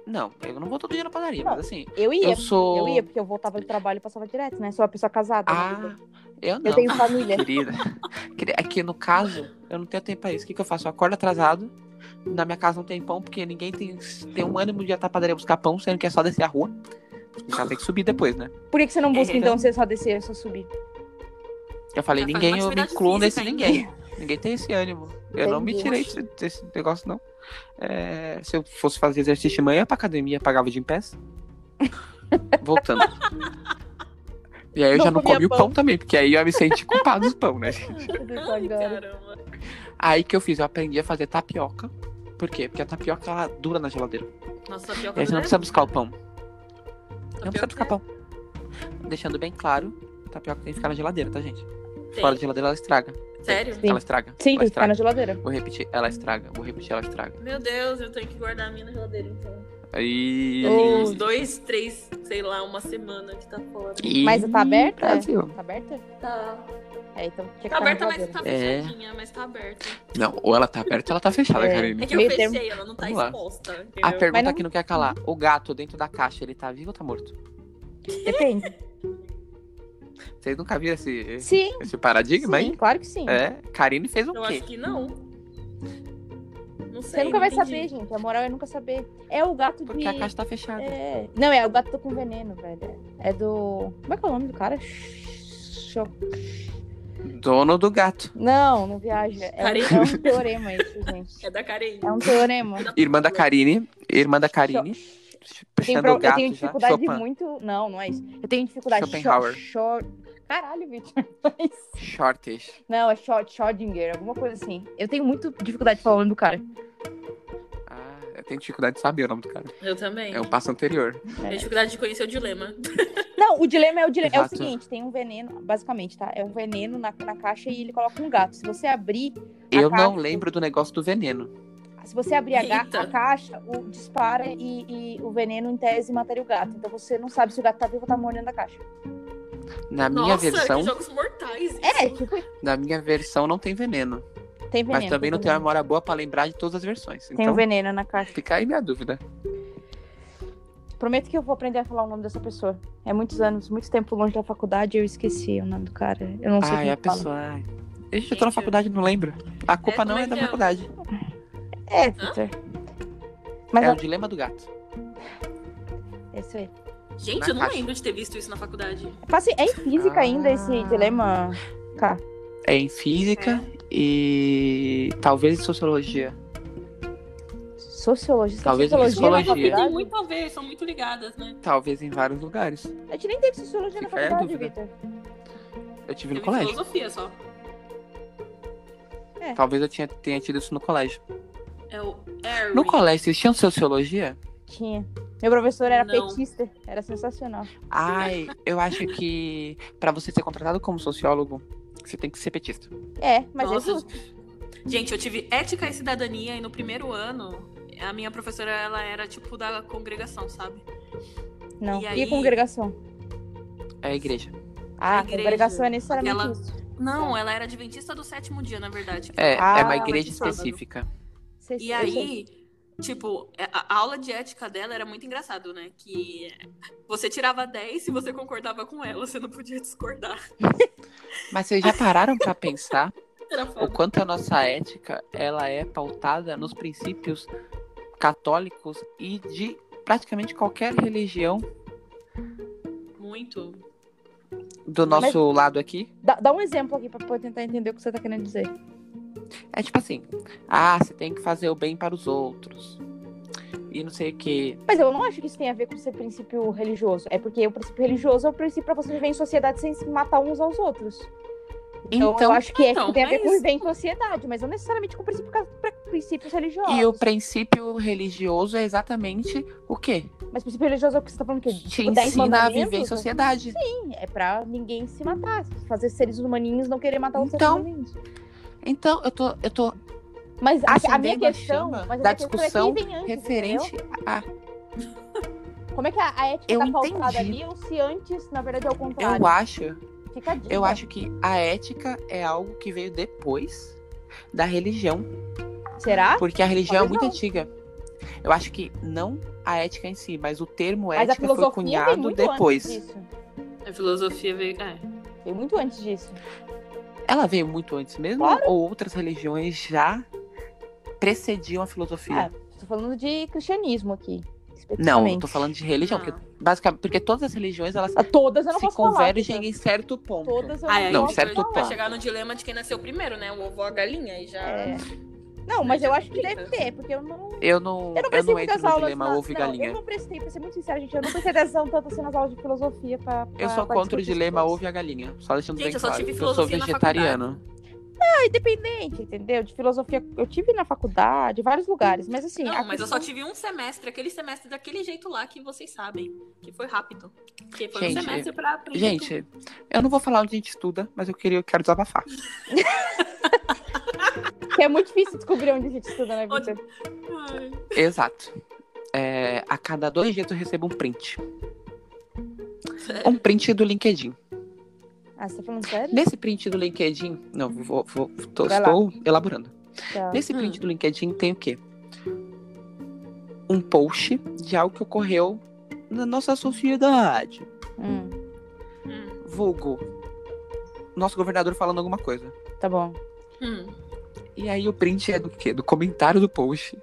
S1: Não, eu não vou todo dia na padaria,
S3: Não.
S1: mas assim,
S3: eu ia,
S1: eu sou.
S3: Eu ia, porque eu voltava do trabalho e passava direto, né? Sou uma pessoa casada. né,
S1: Ah,
S3: Vitor?
S1: eu não.
S3: eu tenho
S1: [LAUGHS]
S3: família.
S1: Querida. Querida, Aqui no caso, eu não tenho tempo pra isso. O que, que eu faço? Eu acordo atrasado. Na minha casa não tem pão, porque ninguém tem, tem um ânimo de ir até a padaria buscar pão, sendo que é só descer a rua. O cara tem que subir depois, né?
S3: Por que, que você não busca,
S2: É.
S3: então, você só descer, só subir?
S1: Eu falei,
S2: Tá fazendo
S1: ninguém, eu me
S2: atividade
S1: incluo nesse
S2: física
S1: ninguém. Ninguém tem esse ânimo. Eu não me tirei
S3: Entendi.
S1: desse, desse negócio, não. É, se eu fosse fazer exercício de
S3: [LAUGHS]
S1: manhã, eu ia pra academia, pagava de em pés. Voltando. E aí eu
S3: Não
S1: já não
S3: comia
S1: comi o
S3: pão.
S1: pão também, porque aí eu me senti culpado do pão, né, gente?
S3: Tudo
S2: [LAUGHS]
S3: isso
S2: Ai,
S3: agora.
S2: caramba.
S1: Aí que eu fiz, eu aprendi a fazer tapioca. Por quê? Porque a tapioca ela dura na geladeira.
S2: Nossa, tapioca
S1: E aí você
S2: não
S3: Né?
S1: não
S2: é
S1: precisa buscar o pão. Não precisa
S2: tapioca
S3: é
S1: buscar pão. Deixando bem claro, tapioca tem que ficar na geladeira, tá, gente?
S2: tem.
S1: Fora da geladeira ela estraga.
S2: Sério?
S3: Sim.
S1: Ela estraga.
S3: Sim,
S1: ela
S3: tem que ficar na
S1: estraga.
S3: geladeira.
S1: Vou repetir, ela estraga. Vou repetir, ela estraga.
S2: Meu Deus, eu tenho que guardar a minha na geladeira, então.
S1: Aí.
S2: Já tem uns
S3: Ui.
S2: dois, três, sei lá, uma semana que tá fora.
S1: Ih,
S3: Mas tá aberta?
S1: Brasil.
S3: Tá aberta?
S2: Tá,
S3: É, então tinha
S2: tá
S3: que ficar
S2: aberta,
S3: na
S2: mas
S3: geladeira.
S2: tá
S1: É.
S2: fechadinha, mas tá aberta.
S1: Não, ou ela tá aberta ou ela tá fechada,
S3: É.
S1: Karine.
S2: É que eu
S3: Meio
S2: fechei,
S3: termo.
S2: ela não tá
S1: Vamos lá.
S2: exposta. entendeu?
S1: A pergunta
S3: não-
S1: que não quer calar: o gato dentro da caixa, ele tá vivo ou tá morto?
S3: Depende.
S1: Vocês nunca viram esse,
S3: Sim,
S1: esse paradigma,
S3: sim,
S1: hein?
S3: claro que sim.
S1: É, Karine fez o
S2: Eu
S1: quê?
S2: acho que não. Não sei.
S3: Você nunca
S2: não
S3: vai
S2: entendi.
S3: saber, gente. A moral é nunca saber. É o gato
S1: Porque
S3: de...
S1: a caixa tá fechada.
S3: É... Não, é o gato com veneno, velho. É do... Como é que é o nome do cara? Cho- É.
S1: Dono do gato.
S3: Não, não viaja. É,
S2: Cara,
S3: é um teorema isso, gente.
S2: É da Karen.
S3: É um teorema.
S1: Irmã da Karine. Irmã da Karine.
S3: Eu tenho,
S1: Puxando
S3: pro-
S1: o gato
S3: eu tenho
S1: já.
S3: dificuldade
S1: Chopin.
S3: muito... Não, não é isso. Eu tenho dificuldade...
S1: Schopenhauer.
S3: Cho- cho- Caralho, [LAUGHS] Vitor. Mas-
S1: Shortage.
S3: Não, é Scho- Schrödinger, alguma coisa assim. Eu tenho muito dificuldade de falar o nome do cara.
S1: Ah, eu tenho dificuldade de saber o nome do cara.
S2: Eu também.
S1: É o passo anterior.
S2: Tenho dificuldade de conhecer o dilema.
S3: Não, o dilema é o dilema. É o
S1: Exato.
S3: seguinte, tem um veneno, basicamente, tá? É um veneno na, na caixa e ele coloca um gato. Se você abrir,
S1: Eu
S3: caixa-
S1: não lembro do negócio do veneno.
S3: se você abrir a, ga-
S2: Eita.
S3: a caixa, o dispara e, e o veneno em tese mataria o gato. Então você não sabe se o gato tá vivo ou tá morto dentro da caixa.
S2: [LAUGHS]
S1: Na minha
S2: Nossa,
S1: versão,
S2: que jogos mortais.
S3: É,
S2: isso.
S3: tipo,
S1: na minha versão não tem veneno.
S3: tem veneno.
S1: mas também não tem uma
S3: veneno.
S1: memória boa pra lembrar de todas as versões.
S3: Tem um
S1: Então,
S3: veneno na caixa.
S1: fica aí minha dúvida.
S3: Prometo que eu vou aprender a falar o nome dessa pessoa. É muitos anos, muito tempo longe da faculdade, eu esqueci o nome do cara. Eu não sei
S1: Ah,
S3: como
S1: é a
S3: que fala.
S1: pessoa. ai. Gente, eu tô na faculdade e não lembro. A culpa
S2: É,
S1: não
S2: como
S1: é
S2: é
S1: da
S2: que é?
S1: faculdade.
S3: É, Victor. Mas
S1: É o
S3: é,
S1: dilema do gato.
S3: é isso aí.
S2: Gente,
S1: Na
S2: eu não
S1: caixa.
S2: lembro de ter visto isso na faculdade.
S3: Faz- É em física
S1: Ah.
S3: ainda esse dilema. Tá.
S1: É em física e talvez em sociologia.
S3: Sociologia.
S1: Talvez
S3: sociologia na
S1: psicologia.
S3: faculdade?
S2: Tem muito a ver, são muito ligadas, né?
S1: Talvez em vários lugares.
S3: A gente nem teve sociologia na
S1: Fica aí a
S3: faculdade,
S1: dúvida.
S3: Vitor.
S1: Eu tive
S2: Eu
S1: no
S2: vi
S1: colégio.
S2: filosofia só.
S1: Talvez eu tinha, tenha tido isso no colégio.
S2: É o Harry.
S1: No colégio, vocês tinham sociologia?
S3: Tinha. Meu professor era
S2: Não.
S3: petista. Era sensacional.
S1: Ai, eu acho que pra você ser contratado como sociólogo, você tem que ser petista.
S3: É, mas
S2: Nossa,
S3: é justo.
S2: Gente, eu tive ética e cidadania e no primeiro ano, a minha professora, ela era tipo da congregação, sabe?
S3: Não.
S2: e
S3: E,
S2: aí-
S3: congregação?
S1: É a igreja.
S3: Ah,
S2: igreja,
S3: congregação é necessariamente
S2: aquela-
S3: isso.
S2: Não, ela era adventista do sétimo dia, na verdade.
S1: É,
S3: Ah,
S1: é uma
S3: mas
S1: igreja
S2: sábado.
S1: específica.
S3: Vocês-
S2: E
S3: eu sei.
S2: aí, tipo, a a aula de ética dela era muito engraçado, né? Que você tirava 10 se você concordava com ela, você não podia discordar.
S1: Mas vocês já pararam pra pensar
S2: Era
S1: o
S2: foda.
S1: quanto a nossa ética ela é pautada nos princípios católicos e de praticamente qualquer religião
S2: Muito.
S1: do nosso lado aqui?
S3: Dá, dá um exemplo aqui pra eu tentar entender o que você tá querendo dizer.
S1: É tipo assim, ah, você tem que fazer o bem para os outros. E não sei o que.
S3: Mas eu não acho que isso tenha a ver com ser princípio religioso. É porque o princípio religioso é o princípio pra você viver em sociedade sem se matar uns aos outros. Então, eu
S1: Então,
S3: acho que é
S2: Então,
S3: que tem a ver
S2: é
S3: com
S2: isso.
S3: viver em sociedade, mas não necessariamente com princípio, pra- princípios religiosos.
S1: e o princípio religioso é exatamente o quê?
S3: Mas princípio religioso é o que você tá falando que
S1: Te
S3: Os
S1: ensina a
S3: dez
S1: viver em
S3: mandamentos, né?
S1: sociedade.
S3: é pra ninguém se matar, fazer seres humaninhos não querer matar outros
S1: Então,
S3: seres humaninhos.
S1: Então, eu tô, eu tô
S3: Mas a, a minha
S1: acendendo a
S3: questão,
S1: chama
S3: mas a
S1: da
S3: minha questão
S1: discussão
S3: é quem vem antes,
S1: referente
S3: entendeu?
S1: a.
S3: Como é que a, a ética
S1: Eu
S3: tá pautada
S1: entendi.
S3: ali ou se antes, na verdade, é o contrário?
S1: Eu acho
S3: Fica a dica.
S1: Eu acho que a ética é algo que veio depois da religião,
S3: Será?
S1: porque a religião é muito
S3: Talvez não.
S1: antiga. Eu acho que não a ética em si, mas o termo
S3: Mas a
S1: ética foi
S3: filosofia vem
S1: cunhado
S3: muito
S1: depois.
S3: antes disso.
S2: A filosofia veio. É.
S3: Vem muito antes disso.
S1: Ela veio muito antes mesmo,
S3: Claro.
S1: ou outras religiões já precediam a filosofia?
S3: Ah, tô falando de cristianismo aqui.
S1: não, eu
S3: especificamente.
S1: tô falando de religião,
S2: Não.
S1: porque basicamente, porque todas as religiões elas
S3: Ah, Todas Ah. eu não
S1: se
S3: posso falar.
S1: convergem
S3: Vitor.
S1: em certo ponto.
S3: Todas eu
S2: Ah, é,
S3: não
S1: Não,
S2: aí
S3: posso
S1: certo
S2: vai
S3: falar.
S1: ponto.
S2: chegar no dilema de quem nasceu primeiro, né? O ovo ou a galinha. E já.
S3: É. Não,
S2: Mas
S3: mas eu
S2: é
S3: acho que deve
S2: complicado.
S3: ter, porque eu
S1: Eu
S3: não.
S1: não,
S3: Eu não
S1: eu
S3: prestei
S1: não
S3: muitas
S1: entro no
S3: aulas.
S1: dilema
S3: na-
S1: ovo e
S3: não,
S1: galinha.
S3: Eu não prestei, pra ser muito sincera, gente, eu não prestei atenção tanto assim nas aulas de filosofia pra. pra
S1: Eu sou
S3: pra
S1: contra o
S3: discutir essas
S1: dilema
S3: coisas.
S1: ovo e a galinha. Só deixando
S2: Gente,
S1: bem
S2: eu só
S1: claro.
S2: tive
S1: eu sou
S2: filosofia na
S1: vegetariano.
S3: Ah, independente, entendeu? De filosofia. Eu tive na faculdade, em vários lugares, mas assim. a
S2: Não, mas eu só
S3: questão-
S2: tive um semestre, aquele semestre daquele jeito lá que vocês sabem, que foi rápido. Que foi
S1: Gente,
S2: um semestre pra
S3: Tá
S2: aprender. tudo.
S1: Gente, um eu não vou falar onde a gente estuda, mas eu queria, eu quero
S3: [LAUGHS]
S1: desabafar.
S3: Que é muito difícil descobrir onde a gente estuda na vida.
S2: Ai.
S1: Exato. É, a cada dois dias eu recebo um print. Um print do LinkedIn.
S3: Ah, você tá falando sério?
S1: Nesse print do LinkedIn. Não, vou, vou- tô-
S3: Vai lá.
S1: estou elaborando. [LAUGHS]
S3: Tá.
S1: Nesse print do LinkedIn tem o quê? Um post de algo que ocorreu na nossa sociedade.
S3: Hum,
S2: Hum,
S1: Vulgo. Nosso governador falando alguma coisa.
S3: tá bom.
S2: hum.
S1: E aí o print é do quê? Do comentário do post.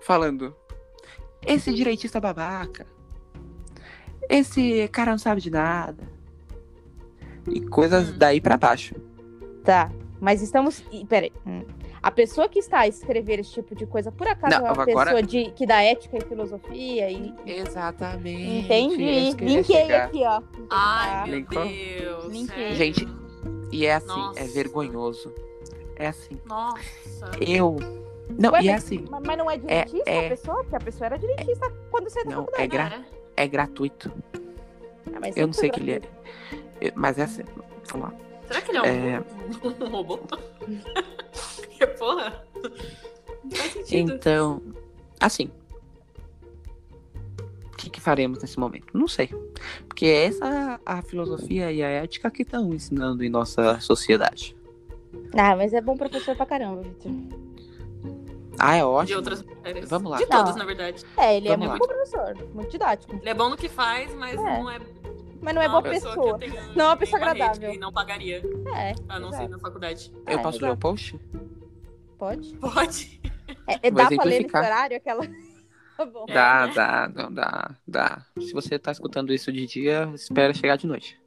S1: Falando. Esse direitista babaca. Esse cara não sabe de nada. E coisas
S2: Hum.
S1: daí pra baixo.
S3: Tá. Mas estamos. Ih, Peraí. Hum. A pessoa que está a escrever esse tipo de coisa, por acaso,
S1: Não,
S3: é uma
S1: agora-
S3: pessoa de, que dá ética e filosofia e.
S1: Exatamente.
S3: Entendi.
S1: isso que eu ia
S3: Linkei
S1: chegar.
S3: aqui, ó.
S2: Ai, meu
S1: Lincoln?
S2: Deus.
S3: Lincoln.
S2: sério.
S1: Tá. Gente. E é assim,
S2: Nossa.
S1: é vergonhoso. É assim.
S2: Nossa.
S1: Eu. Não,
S3: Ué,
S1: e é
S3: mas-
S1: assim.
S3: Mas, mas não é direitista
S1: é.
S3: a pessoa? Porque a pessoa era direitista quando você
S1: Não, é, gra
S2: Cara,
S1: é gratuito.
S3: Ah, mas
S1: Eu não sei
S3: sempre
S1: que ele
S3: foi
S1: é. eu- Mas é assim. Vamos lá.
S2: Será que ele é um, um [LAUGHS] robô? Que Porra. Não faz sentido.
S1: Então, assim. O que, que faremos nesse momento? Não sei. Porque é essa a filosofia e a ética que estão ensinando em nossa sociedade.
S3: gratuito. Ah, mas é bom professor pra caramba, Vitor.
S1: Ah, é
S2: De
S1: ótimo.
S2: outras mulheres.
S1: Vamos lá.
S2: De todas,
S3: Não.
S2: na verdade.
S3: É, ele
S1: Vamos
S3: é
S1: lá.
S3: muito bom professor, muito didático.
S2: Ele é bom no que faz, mas
S3: É.
S2: não é.
S3: Mas não é
S2: uma
S3: boa pessoa.
S2: que eu tenho
S3: Não é uma pessoa
S2: nenhuma rede
S3: agradável.
S2: E não pagaria,
S3: É,
S2: a Ah, não ser na faculdade. [LAUGHS]
S1: Eu
S3: é,
S1: posso ler o
S3: exato.
S1: post?
S3: pode.
S2: Pode.
S3: É, é,
S1: Vou
S3: dá pra ler nesse
S1: exemplificar.
S3: horário aquela. [LAUGHS] tá bom.
S2: É.
S1: Dá, né? dá, não, dá, dá. Se você tá escutando isso de dia, espera chegar de noite.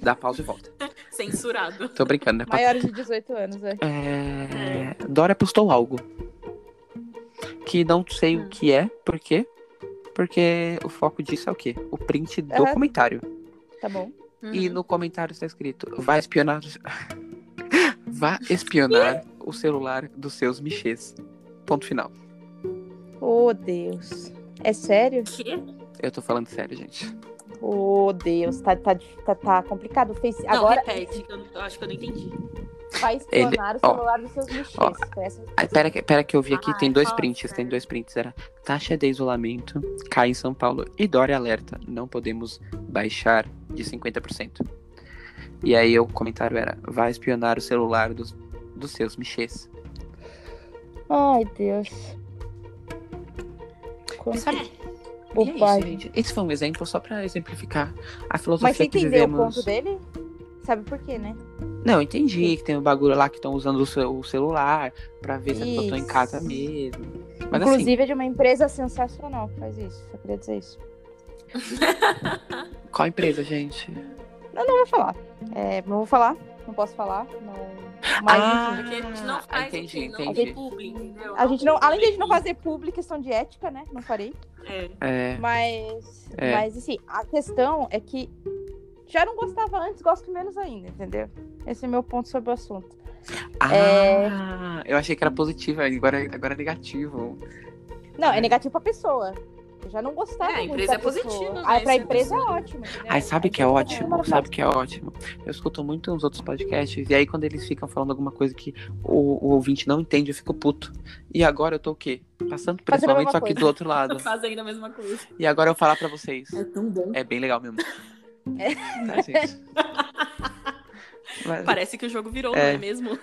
S1: Dá pausa e volta.
S2: Censurado.
S1: Tô brincando, né?
S3: Maior de 18 anos, é.
S1: É, Dora postou algo. Que não sei o que é, por quê? Porque o foco disso é o quê? O print do
S3: Aham.
S1: comentário.
S3: Tá bom.
S1: E no comentário está escrito: vá espionar. [LAUGHS] vá espionar o celular dos seus michês. Ponto final.
S3: Oh, Deus. É sério?
S2: Que?
S1: Eu tô falando sério, gente.
S3: Oh, Deus. Tá, tá, dif- tá, tá complicado. O Face...
S2: Não,
S3: Agora
S2: repete, que eu, eu acho que eu não
S3: [LAUGHS]
S2: entendi.
S3: vai espionar o
S1: ó,
S3: celular dos seus bichos. é
S1: ó, Ah, pera, que- pera que eu vi aqui,
S2: Ah,
S1: tem
S2: é
S1: dois
S2: falso,
S1: prints, tem
S2: né?
S1: dois prints. Era taxa de isolamento, cai em São Paulo e Dória alerta, não podemos baixar de 50%. E aí o comentário era, vai espionar o celular dos, dos seus michês.
S3: Ai, Deus. Como...
S1: E sabe,
S3: Pô,
S1: e é
S3: pai.
S1: isso, gente. Esse foi um exemplo só pra exemplificar a
S3: Mas você
S1: filosofia que
S3: entendeu
S1: vivemos.
S3: o ponto dele? Sabe por quê, né?
S1: Não, eu entendi que tem um bagulho lá que estão usando o, seu- o celular pra ver se a pessoa tá em
S3: Isso.
S1: casa mesmo. Mas assim-
S3: Inclusive é de uma empresa sensacional que faz isso. Só queria dizer isso.
S1: assim, qual empresa, gente?
S3: Não, não vou falar. É, não vou falar. Não posso falar. Não... Mas,
S1: Ah,
S3: enfim.
S2: Porque a gente não faz,
S1: entendi,
S2: enfim, não
S1: entendi.
S2: publi, entendeu?
S3: A gente não, além de a gente não fazer público, questão de ética, né? Não farei.
S2: É.
S1: É,
S3: Mas,
S1: É.
S3: mas assim, a questão é que já não gostava antes, gosto menos ainda, entendeu? Esse é meu ponto sobre o assunto. É.
S1: Ah, eu achei que era positivo, agora, agora é negativo.
S3: Não, é,
S1: É.
S3: negativo pra pessoa. Eu já não gostava.
S2: É, a
S3: muito
S2: empresa
S3: da
S2: é positiva,
S3: pessoa.
S2: né,
S3: Ah, pra
S2: se a
S3: empresa é
S2: pessoa-
S3: ótimo. entendeu? tipo,
S1: Ai, sabe
S3: A
S1: que é
S3: empresa
S1: ótimo? Sabe que é ótimo? Eu escuto muito uns outros podcasts, e aí quando eles ficam falando alguma coisa que o, o ouvinte não entende, eu fico puto. E agora eu tô o quê? Passando
S3: Fazendo a
S1: principalmente
S3: mesma
S1: só que do
S3: coisa.
S1: outro lado.
S2: Fazendo a mesma coisa.
S1: E agora eu falar pra vocês.
S2: tão bom.
S1: É bem legal mesmo.
S3: É.
S1: Tá,
S3: [LAUGHS]
S1: gente? Mas-
S2: Parece que o jogo virou,
S1: É.
S2: não é
S3: [LAUGHS]
S2: mesmo?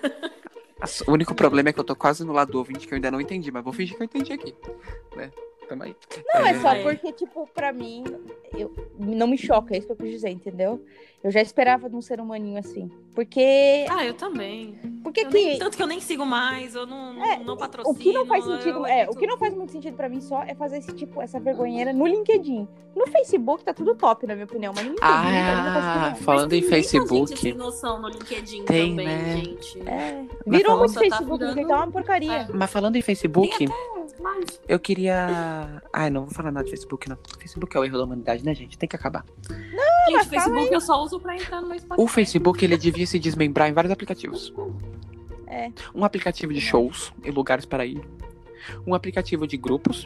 S1: Nossa, O único problema é que eu tô quase no lado do ouvinte que eu ainda não entendi, mas vou fingir que eu entendi aqui. né? Tamo aí.
S3: Não, é só
S2: É.
S3: porque, tipo, pra mim, eu, não me choca, é isso que eu quis dizer, entendeu? Eu já esperava de um ser humaninho assim. Porque.
S2: Ah, eu também.
S3: Porque
S2: Eu
S3: que.
S2: nem- tanto que eu nem sigo mais, eu não, não,
S3: É,
S2: não patrocino.
S3: O que não faz sentido,
S2: eu
S3: é, o
S2: evito.
S3: que não faz muito sentido pra mim só é fazer esse tipo, essa vergonheira no LinkedIn. No Facebook tá tudo top, na minha opinião, mas no LinkedIn é cara, não
S1: Ah,
S3: faz sentido,
S2: Mas
S1: falando
S2: tem
S1: em
S2: muita
S1: Facebook.
S2: Gente sem noção no LinkedIn
S1: Tem,
S2: também,
S1: né?
S2: gente.
S3: não. É.
S1: falando-
S3: Virou muito
S2: Nossa, tá
S3: Facebook,
S2: virando-
S3: então tá uma porcaria.
S1: Mas falando em Facebook,
S2: Mas,
S1: eu queria. Ai, não vou falar nada de Facebook, não. Facebook é o erro da humanidade, né, gente? Tem que acabar.
S2: gente,
S3: mas
S2: o
S3: fala
S2: Facebook eu só uso pra entrar no meu Spotify.
S1: O Facebook, ele devia se desmembrar em vários aplicativos.
S3: É.
S1: Um aplicativo de shows e lugares para ir. Um aplicativo de grupos.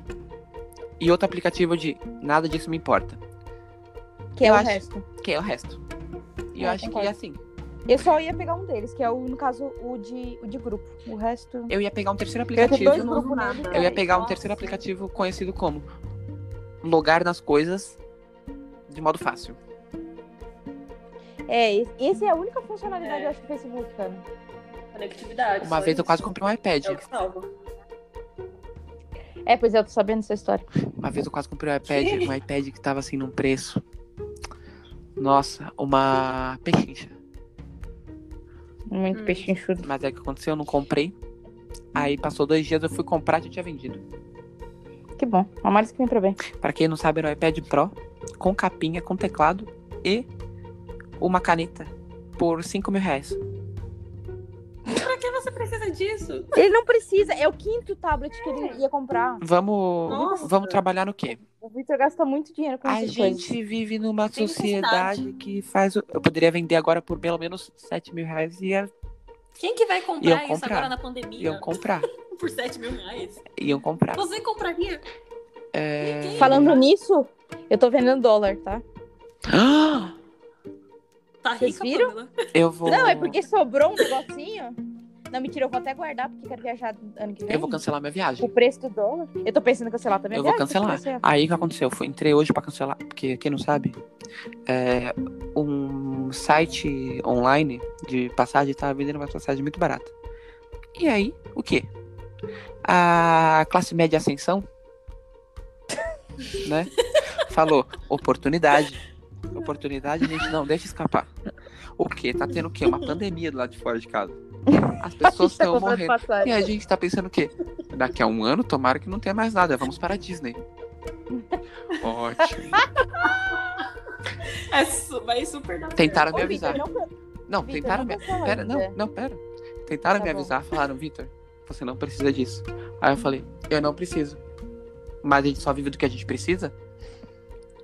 S1: E outro aplicativo de nada disso me importa.
S3: Que é
S1: Eu
S3: o
S1: acho-
S3: resto.
S1: Que é o resto. E eu
S3: É,
S1: acho que
S3: concordo.
S1: assim.
S3: Eu só ia pegar um deles, que é o, no caso, o de, o de grupo. O resto.
S1: Eu ia pegar um terceiro
S3: Eu ia ter
S1: aplicativo.
S3: dois
S2: Eu não uso
S3: grupos
S2: nada.
S3: nele.
S1: Eu ia
S3: cara.
S1: pegar um
S2: Nossa.
S1: terceiro aplicativo conhecido como Logar nas coisas de modo fácil.
S3: É, esse- esse é a única funcionalidade,
S2: É.
S3: eu acho, do Facebook, cara.
S2: Conectividade.
S1: Uma
S2: só
S1: vez eu
S2: isso.
S1: quase comprei um iPad.
S2: É o que salva.
S3: É, pois é, eu tô sabendo essa história.
S1: Uma vez eu quase comprei um iPad, um iPad que tava assim num preço. Nossa, uma pechincha.
S3: Muito
S2: Hum.
S3: peixinchudo.
S1: Mas é o que aconteceu, eu não comprei. Aí passou dois dias, eu fui comprar e já tinha vendido.
S3: Que bom. A Maris que vem
S2: [LAUGHS]
S3: pra bem.
S1: Pra quem não sabe, era um iPad Pro com capinha, com teclado e uma caneta por 5 mil reais.
S2: Pra que você precisa disso?
S3: Ele não precisa, é o quinto tablet que
S2: É.
S3: ele ia comprar.
S1: Vamos,
S2: Nossa.
S1: vamos trabalhar no quê?
S3: O Victor gasta muito dinheiro com
S1: A
S3: essas
S1: gente
S3: coisas.
S1: vive numa
S2: Tem
S1: sociedade que faz. o- Eu poderia vender agora por pelo menos 7 mil reais e ia-
S2: Quem que vai
S1: Iam
S2: comprar isso
S1: comprar.
S2: agora na pandemia?
S1: iam comprar.
S2: Por 7 mil reais?
S1: Iam
S2: [GASPS]
S1: comprar.
S2: Você compraria?
S1: É...
S2: Ninguém.
S3: Falando nisso, eu tô vendendo dólar, tá?
S1: Ah!
S2: Tá
S3: Vocês
S2: rica,
S3: viram?
S2: Pamela?
S1: Eu vou.
S3: Não, é porque sobrou um negocinho. Não, mentira, eu vou até guardar, porque quero viajar ano que vem.
S1: Eu vou cancelar minha viagem.
S3: O preço do dólar. Eu tô pensando em cancelar também. a
S1: Eu vou
S3: viagem,
S1: cancelar. Ah,
S3: porque vai ser-
S1: Aí o que aconteceu? Eu fui, entrei hoje pra cancelar, porque quem não sabe, é, um site online de passagem tava vendendo uma passagem muito barata. E aí, o quê? A classe média ascensão, né? Falou, oportunidade. Oportunidade, gente, não, deixa escapar. O quê? Tá tendo o quê? Uma pandemia do lado de fora de casa. As pessoas
S3: Tá
S1: estão
S3: comprando
S1: morrendo. E
S3: passagem.
S1: a gente tá pensando o quê? Daqui a um ano, tomara que não tenha mais nada. Vamos para a Disney. Ótimo.
S2: É, su- vai super dar
S1: Tentaram
S3: Ô,
S1: me
S3: Victor,
S1: avisar.
S3: não can-
S1: Não,
S3: Victor,
S1: tentaram me
S3: não cancela
S1: Pera,
S3: ainda.
S1: não, não, pera. Tentaram
S3: Tá
S1: me
S3: bom.
S1: avisar, falaram, Vitor, você não precisa disso. Aí eu falei, eu não preciso. Mas a gente só vive do que a gente precisa?
S2: certo. um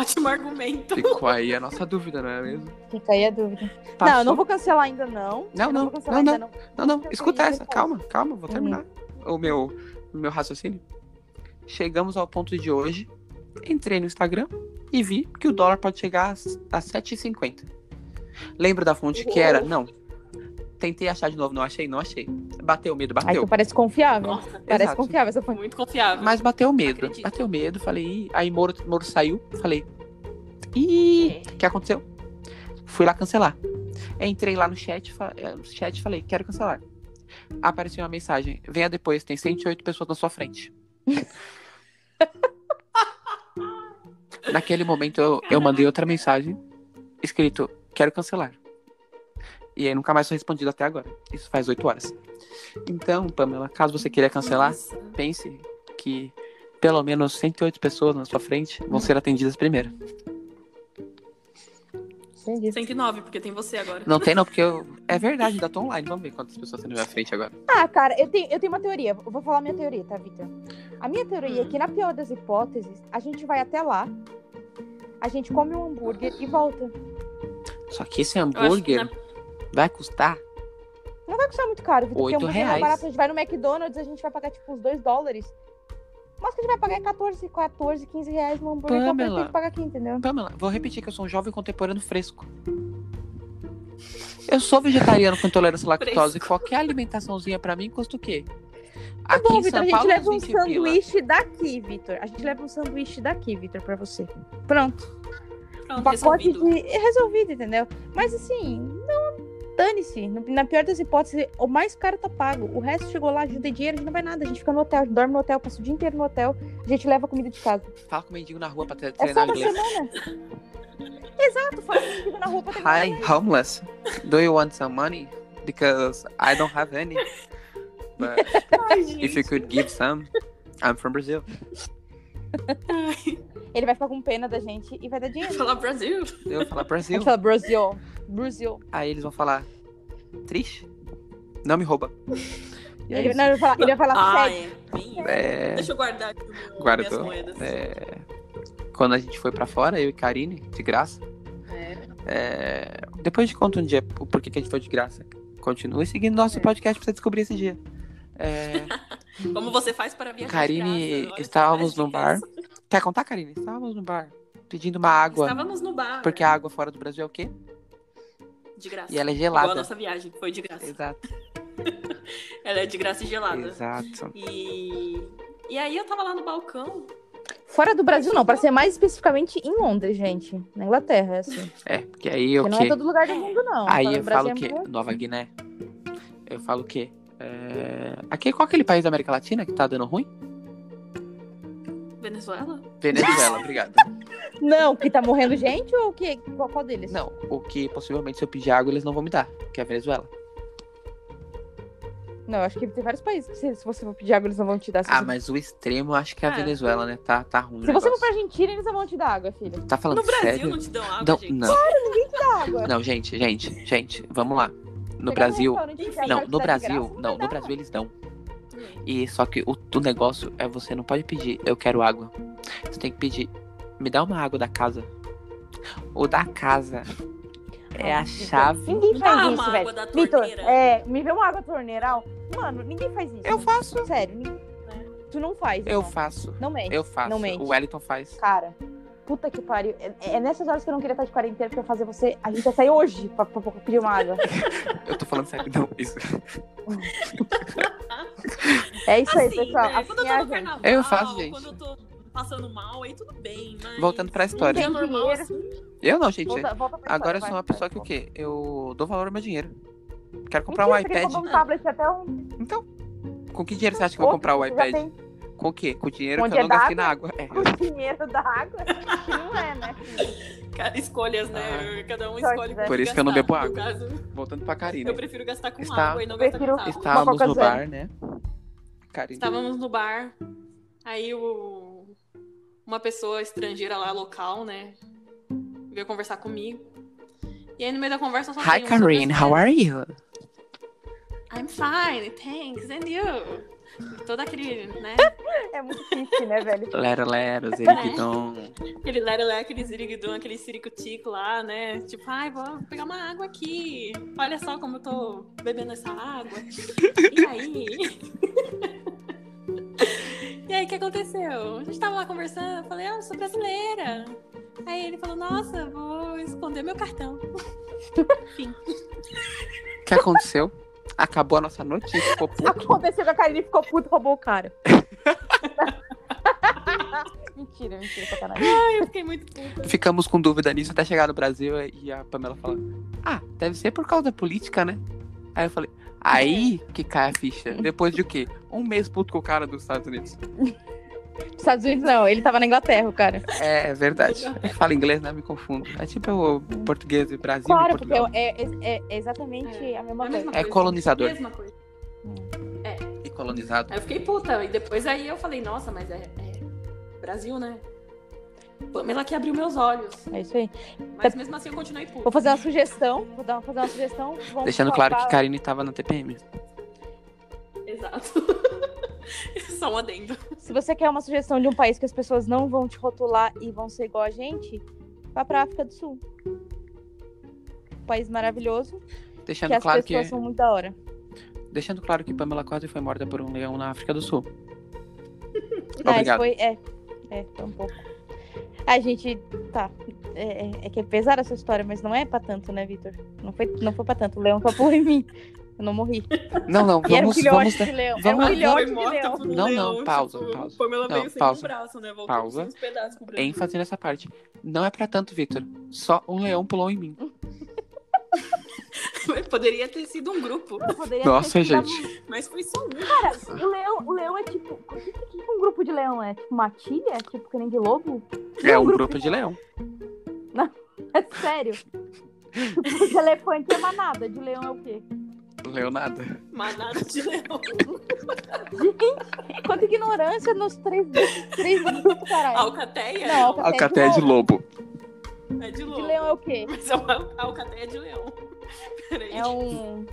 S2: Ótimo argumento.
S1: Ficou aí a nossa dúvida, não é mesmo?
S3: Fica aí a dúvida. Não,
S1: Passou.
S3: eu não vou cancelar ainda, não.
S1: Tá, Não,
S3: Eu
S1: não,
S3: vou cancelar
S1: não,
S3: ainda, não.
S1: Não, não,
S3: Eu
S1: escuta
S3: tenho
S1: essa.
S3: depois.
S1: Calma, calma, vou terminar o meu, o meu raciocínio. Chegamos ao ponto de hoje. Entrei no Instagram e vi que o dólar pode chegar a s- a 7,50. Lembro da fonte que era? Não. Tentei achar de novo, não achei, não achei. Bateu o medo,
S3: Aí
S1: bateu.
S3: tu parece confiável.
S2: Nossa,
S3: Parece
S1: Exato.
S3: confiável essa fonte.
S2: muito confiável.
S1: Mas bateu o medo.
S2: Acredito.
S1: Bateu o medo, falei. "Ih", Aí Moro, Moro saiu, falei. Ih, o que aconteceu? Fui lá cancelar. Entrei lá no chat, fa- eh, no chat falei, quero cancelar. Apareceu uma mensagem. Venha depois, tem 108 pessoas na sua frente. [LAUGHS] Naquele momento eu, eu mandei outra mensagem escrito, quero cancelar. E aí nunca mais foi respondido até agora. Isso faz 8 horas. Então, Pamela, caso você queira cancelar,
S2: Nossa.
S1: pense que pelo menos 108 pessoas na sua frente vão ser atendidas primeiro.
S3: Entendi.
S2: 109, porque tem você agora.
S1: Não tem não, porque eu... é verdade, ainda tô online. Vamos ver quantas pessoas tem na minha frente agora.
S3: Ah, cara, eu tenho, eu tenho uma teoria. Eu vou falar minha teoria, tá, Victor? A minha teoria
S2: Hum.
S3: é que, na pior das hipóteses, a gente vai até lá, a gente come um hambúrguer e volta.
S1: Só que esse
S2: Eu acho que
S1: hambúrguer
S2: na-
S1: vai custar...
S3: Não vai custar muito caro, Victor, porque
S1: Oito
S3: hambúrguer é
S1: reais.
S3: barato. A gente vai no McDonald's, a gente vai pagar, tipo, uns 2 dólares. Mas que a gente vai pagar é 14, 14, 15 reais no hambúrguer então que eu
S1: Pamela.
S3: prefiro pagar aqui, entendeu?
S1: Pamela, vou repetir que eu sou um jovem contemporâneo fresco. Eu sou vegetariano com intolerância à lactose. Qualquer alimentaçãozinha pra mim custa o quê? Aqui
S3: Tá Bom,
S1: em
S3: Vitor, a
S1: São
S3: gente
S1: Paulo, é
S3: leva um
S1: 20 pila.
S3: sanduíche daqui, Vitor. A gente leva um sanduíche daqui, Vitor, pra você. Pronto.
S2: Pronto,
S3: um pacote
S2: resolvido.
S3: de. É resolvido, entendeu? Mas assim, não, Dane-se. No- Na pior das hipóteses, o mais caro tá pago. O resto chegou lá, a gente não tem dinheiro, a gente não vai nada. A gente fica no hotel, a gente dorme no hotel, passa o dia inteiro no hotel, a gente leva comida de casa.
S1: Fala com o mendigo na rua pra tre-
S3: É só
S1: treinar
S3: uma
S1: inglês.
S3: semana. Exato, faz sentido na roupa
S1: Hi, homeless. Do you want some money? Because I don't have
S2: [LAUGHS]
S1: any. But
S2: Ai, [LAUGHS]
S1: if you
S2: gente.
S1: could give some, I'm from Brazil.
S3: Ele vai ficar com pena da gente e vai dar dinheiro.
S2: Falar Brasil.
S1: Eu vou falar
S3: A
S1: Brasil.
S3: gente fala, Brasil, Brasil.
S1: Aí eles vão falar, triste? Não me rouba. E é
S3: Ele,
S1: isso.
S3: não, ele vai falar, ele vai falar
S2: Ah,
S3: sério.
S2: é. Bem,
S1: É,
S2: Deixa eu guardar aqui meu-
S1: Guardou.
S2: minhas moedas.
S1: é, quando a gente foi pra fora, eu e Karine, de graça.
S2: É.
S1: é, depois te conto um dia o porquê que a gente foi de graça. Continue seguindo nosso
S2: É.
S1: podcast pra você descobrir esse dia. É,
S2: Como você faz para viajar de
S1: Karine,
S2: graça? Olha
S1: estávamos
S2: que
S1: no bar.
S2: dicas.
S1: Quer contar, Karine? Estávamos no bar pedindo uma água.
S2: Estávamos no bar.
S1: Porque a água fora do Brasil é o quê?
S2: De graça.
S1: E ela é
S2: Igual a
S1: gelada.
S2: nossa viagem, que foi de graça.
S1: Exato.
S2: Ela é de graça e gelada.
S1: Exato.
S2: E... e aí eu tava lá no balcão.
S3: Fora do Brasil, não. Pra ser mais especificamente em Londres, gente. Na Inglaterra, é assim.
S1: É, porque aí eu
S3: Porque não é
S1: que.
S3: todo lugar do mundo, não.
S1: Aí
S3: Fora do
S1: eu falo o
S3: Brasil
S1: quê?
S3: é muito-
S1: Nova Guiné. Eu falo o quê? É... Aqui, qual aquele país da América Latina que tá dando ruim?
S2: Venezuela?
S3: [LAUGHS]
S1: Venezuela, obrigado.
S3: Não, que tá morrendo gente ou que... qual, qual deles?
S1: Não, o que possivelmente se eu pedir água eles não vão me dar, que é a Venezuela.
S3: Não, eu acho que tem vários países. que Se, se você for pedir água, eles não vão te dar. Se,
S1: Ah,
S3: você...
S1: mas o extremo eu acho que é a
S2: Ah.
S1: Venezuela, né? Tá, tá ruim. o
S3: se você for
S1: negócio.
S3: pra Argentina, eles não vão te dar água, filho.
S1: Tá falando
S2: No Brasil
S1: sério?
S2: não te dão água,
S1: Não,
S2: gente.
S1: não,
S3: Dá água.
S1: não, gente, gente, gente, vamos lá. No
S3: Pegar
S1: Brasil.
S3: um restaurante que
S2: Enfim.
S3: a
S1: Não,
S3: cara
S1: no
S3: tá de
S1: Brasil,
S3: graça, vai
S1: não,
S3: dar.
S1: no Brasil eles dão. E só que o, o negócio é você não pode pedir, eu quero água. Você tem que pedir, me dá uma água da casa. O da casa é
S3: Ah,
S1: a
S3: Vitor,
S1: chave.
S3: Ninguém faz
S2: Ah, uma
S3: isso,
S2: água
S3: velho.
S2: da
S3: Vitor,
S2: torneira.
S3: é, me vê uma água torneiral. Mano, ninguém faz isso.
S1: Eu faço,
S3: Sério. ninguém- Tu não faz.
S1: eu
S3: irmão.
S1: faço,
S3: Não mente.
S1: eu faço.
S3: É, Não mente.
S1: O Wellington faz.
S3: Cara, puta que pariu. É, é nessas horas que eu não queria estar de quarentena pra fazer você. A gente ia sair hoje pra, pra- pra pedir uma água.
S1: Eu tô falando sério, não, isso.
S3: É isso aí,
S2: Assim,
S3: pessoal.
S2: né, Quando eu
S3: Assim é
S2: tô no
S3: a gente.
S2: carnaval,
S1: Eu faço, gente.
S2: quando eu tô passando mal, aí tudo bem, mas...
S1: Voltando pra história.
S2: Um dia
S3: Tem
S2: normal,
S3: dinheiro.
S2: assim,
S1: Eu não, gente.
S3: Volta, volta pra
S1: Agora eu sou
S3: história,
S1: uma
S3: vai,
S1: pessoa que o
S3: vai.
S1: quê? Eu dou valor ao meu dinheiro. Quero comprar um
S3: Mentira, você queria
S1: iPad.
S3: comprar um tablet até um.
S1: Então, com que dinheiro você acha que eu vou
S3: outro
S1: comprar o
S3: que você já
S1: iPad?
S3: tem
S1: Com o quê? Com o dinheiro
S3: Com
S1: que eu não
S3: dinheiro da
S1: gastei na água. É, eu-
S3: Com o dinheiro da água? Que não é, né? filho?
S2: ca- assim, Escolhas, né? Cada um
S3: Sorte,
S2: escolhe
S3: né?
S2: com
S1: Ah. Por
S2: que
S1: isso que eu não
S2: gastar.
S1: bebo
S2: No
S1: água.
S2: caso,
S1: Voltando pra Karine.
S2: eu prefiro gastar com
S1: Está-
S2: água e não gastar
S3: Prefiro-
S2: com água.
S1: Estávamos
S3: Coca
S1: no
S3: Zero.
S1: bar, né? Karine.
S2: Estávamos no bar, aí o... uma pessoa estrangeira lá, local, né? Veio conversar comigo. E aí no meio da conversa só
S1: Hi,
S2: tem um só
S1: Karine, how are you?
S2: I'm fine, thanks, and you? Todo aquele, né?
S3: É muito triste, né, velho?
S1: Lero, lero,
S3: É.
S1: zeriguidon.
S2: Aquele lero-lé, aquele ziriguidum, aquele ciricutico lá, né? Tipo, ai, vou pegar uma água aqui. Olha só como eu tô bebendo essa água. E aí? [LAUGHS] e aí, o que aconteceu? A gente tava lá conversando, eu falei, ah, eu sou brasileira. Aí ele falou, nossa, vou esconder meu cartão.
S1: O que aconteceu? Acabou a nossa noite, ele ficou puto.
S3: [LAUGHS] Aconteceu que a Karine ficou puta e roubou o cara. [LAUGHS] mentira, mentira, sacanagem.
S2: Ai, eu fiquei muito puta.
S1: Ficamos com dúvida nisso até chegar no Brasil e a Pamela falou: Ah, deve ser por causa da política, né? Aí eu falei, aí que cai a ficha. Depois de o quê? Um mês puto com o cara dos Estados Unidos.
S3: Estados Unidos não, ele tava na Inglaterra, o cara.
S1: É, é verdade. É que Fala inglês, né? Me confundo. É tipo o português do Brasil e
S3: Claro, porque
S1: Portugal.
S3: é, é- é exatamente a mesma
S2: a mesma
S3: coisa.
S1: É
S2: coisa.
S1: colonizador.
S2: Mesma coisa.
S1: E colonizado.
S2: Aí eu fiquei puta. E depois aí eu falei, nossa, mas é, é Brasil, né? Pamela que abriu meus olhos.
S3: É isso aí.
S2: Mas mesmo assim eu continuei puta.
S3: Vou fazer uma sugestão. Vou dar, fazer uma sugestão. Vamos
S1: Deixando claro que
S3: colocar-
S1: Karine tava na TPM.
S2: Exato. [LAUGHS] Só um adendo.
S3: Se você quer uma sugestão de um país que as pessoas não vão te rotular e vão ser igual a gente, vá pra África do Sul. Um país maravilhoso, que
S1: Deixando
S3: as
S1: claro que.
S3: pessoas são muito da hora.
S1: Deixando claro que Pamela quase foi morta por um leão na África do Sul.
S3: Mas
S1: Obrigado.
S3: foi. É, é, foi um pouco. A gente. Tá. É, é- é que é pesada essa história, mas não é pra tanto, né, Vitor? Não foi, não foi pra tanto. O leão papou em mim. Eu não morri.
S1: Não, não,
S3: E era um
S1: vamos,
S3: filhote
S1: vamos,
S3: de leão.
S1: vamos-
S3: Era um
S1: Ela
S3: filhote
S2: foi
S3: de
S2: morta
S3: leão.
S2: por um
S1: Não,
S2: leão,
S1: não, pausa,
S2: tipo,
S1: pausa.
S2: Pamela
S1: Não,
S2: veio sem
S1: pausa.
S2: um braço, né? Voltou
S1: Pausa.
S2: sem os pedaços pro Brasil.
S1: ênfase nessa parte. Não é pra tanto, Victor. Só um leão pulou em mim.
S2: [LAUGHS] Poderia ter sido um grupo,
S3: Poderia
S1: Nossa,
S3: ter sido
S1: gente.
S2: mas foi só um.
S3: Cara, o leão, o leão é tipo. O que, o que um grupo de leão é? Tipo matilha? Tipo que nem de lobo?
S1: É um grupo de leão.
S3: É sério. Tipo, de elefante é manada, de leão é o quê?
S1: Leonada.
S2: É, Manada de leão.
S3: Gente, quanta ignorância nos três, três grupos, caralho.
S2: Alcateia?
S3: Não,
S2: É. Não,
S1: Alcateia de lobo.
S2: é de
S3: De
S2: lobo.
S3: leão é o quê?
S2: Mas é uma alcateia de leão. [LAUGHS] Peraí.
S3: É um.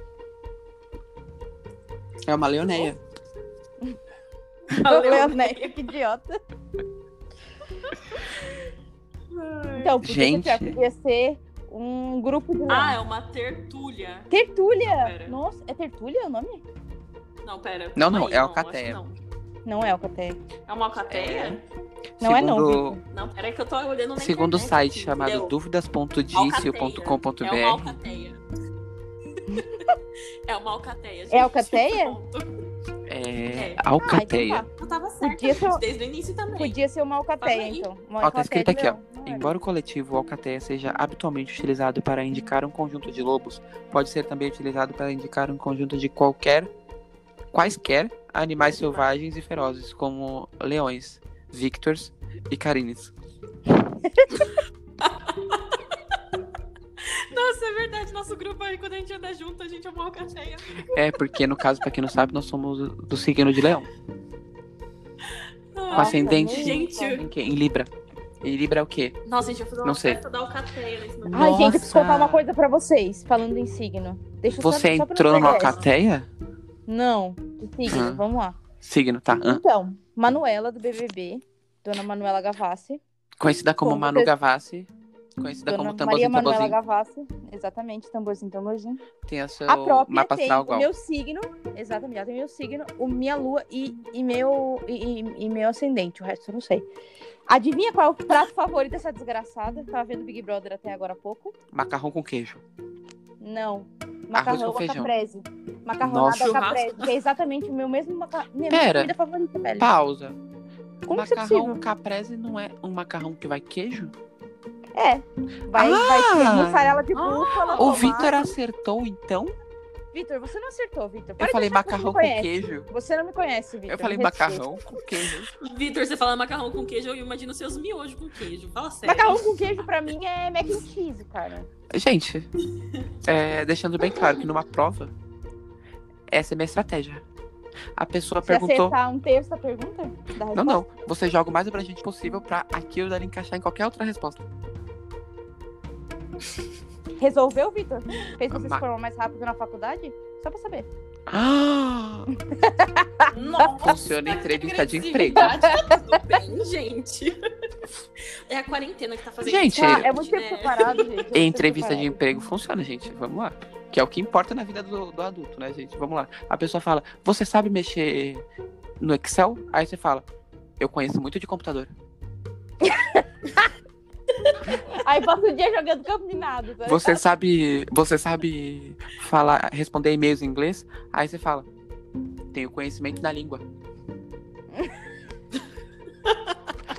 S1: É uma leoneia.
S2: A
S3: Leoné, que idiota. Então, podia,
S1: Gente.
S3: ser- podia ser um grupo de leão.
S2: Ah, é uma tertúlia.
S3: Tertúlia!
S2: Pera.
S3: Nossa, é Tertúlia o nome?
S2: Não, pera.
S1: Não, não,
S2: calma aí,
S1: é
S2: acho que
S1: alcateia.
S2: não.
S3: Não é Alcateia.
S2: É uma alcateia?
S3: Não é não,
S1: segundo,
S2: Não, peraí que eu tô olhando na
S1: Segundo o
S2: internet
S1: site
S2: aqui.
S1: chamado
S2: Entendeu?
S1: dúvidas.dicio.com.br.
S2: É uma alcateia. é uma alcateia, gente.
S3: É alcateia?
S2: Ponto.
S1: É,
S2: É.
S1: alcateia.
S3: Ah, então
S2: Eu tava certa,
S3: Podia ser-
S2: gente, desde o início também.
S3: tá. Podia ser uma Alcateia,
S2: Fala aí.
S3: então. Uma
S1: Ó, tá
S3: Alcateia
S1: escrito
S3: de
S1: aqui, ó.
S3: leão. Não era.
S1: Embora o coletivo alcateia seja habitualmente utilizado para indicar um conjunto de lobos, pode ser também utilizado para indicar um conjunto de qualquer, quaisquer animais selvagens e ferozes, como leões, victors e carines.
S2: Nossa, é verdade. Nosso grupo aí, quando a gente anda junto, a gente é uma alcateia.
S1: É, porque no caso, pra quem não sabe, nós somos do signo de leão,
S2: Nossa,
S3: Nossa,
S1: ascendente
S2: gente.
S1: em, quê? Em libra. E libra é o quê?
S2: Nossa, gente, eu vou fazer
S1: Não
S2: uma
S1: sei.
S2: festa da alcateia nesse momento.
S3: Ai, gente, eu preciso contar
S1: Nossa.
S3: uma coisa pra vocês, falando em signo. Deixa eu só-
S1: Você
S3: só pra não
S1: entrou no
S3: perder essa.
S1: alcateia?
S3: Não, de signo,
S1: Ah.
S3: vamos lá.
S1: Signo, tá. hã?
S3: Então, Manuela do BBB, Dona Manuela Gavassi,
S1: Conhecida como
S3: Como
S1: Manu
S3: você-
S1: Gavassi, conhecida
S3: Dona
S1: como
S3: Maria
S1: Tamborzinho
S3: Manuela
S1: Tamborzinho,
S3: Gavassi, exatamente, tamborzinho, tamborzinho.
S1: tem É o seu
S3: a própria
S1: mapa
S3: tem
S1: astral
S3: o
S1: igual.
S3: meu signo, exatamente, ela tem meu signo, o minha lua e, e meu, e, e- e meu ascendente, o resto eu não sei. Adivinha qual é o prato favorito dessa desgraçada? Tava vendo Big Brother até agora há pouco.
S1: Macarrão com queijo.
S3: Não.
S1: Arroz
S3: Macarrão
S1: com
S3: à
S1: feijão.
S3: caprese.
S1: Nossa.
S3: Macarronada à caprese. Que é exatamente o meu mesmo macarrão. Minha minha
S1: Pera.
S3: comida favorita, velho.
S1: Pausa.
S3: Como isso é
S1: macarrão
S3: possível?
S1: caprese não é um macarrão que vai queijo?
S3: É. Vai, vai
S1: Ah!
S3: ter mussarela de
S2: Ah!
S3: búfala.
S1: o
S3: tomate.
S1: Vitor acertou, então?
S3: Vitor, você não acertou, Vitor.
S1: Eu
S3: Para de
S1: falei
S3: achar que você
S1: macarrão com
S3: me conhece. Então,
S1: queijo.
S3: Você não me conhece, Vitor.
S1: Eu falei
S3: me respeita.
S1: macarrão com queijo.
S2: Vitor, você fala macarrão com queijo, eu imagino os seus miojos com queijo. Fala sério.
S3: Macarrão com queijo pra mim é mac and cheese, cara.
S1: Gente, é, deixando bem claro que numa prova, essa é minha estratégia. A pessoa
S3: Se
S1: perguntou.
S3: acertar um terço da pergunta, da resposta.
S1: Não, não. Você joga o mais abrangente possível pra aquilo dali encaixar em qualquer outra resposta.
S3: Resolveu, Vitor? Fez você
S1: Ma-
S3: se formar mais rápido na faculdade? Só pra saber.
S1: Ah!
S2: Nossa,
S1: Funciona em entrevista de emprego.
S2: agressividade, tá Tudo bem, gente. É a quarentena que tá fazendo.
S1: Gente,
S2: isso com a
S3: Ah,
S1: Cheiro.
S3: é muito tempo
S2: né?
S3: separado, gente. é muito
S1: E
S3: tempo
S1: entrevista de
S3: separado.
S1: emprego funciona, gente. Vamos lá. Que é o que importa na vida do, do adulto, né, gente? Vamos lá. A pessoa fala, você sabe mexer no Excel? Aí você fala, eu conheço muito de computador.
S3: Aí passa o dia jogando campo de nada. Tá?
S1: Você sabe. Você sabe falar, responder e-mails em inglês? Aí você fala, tenho conhecimento na língua.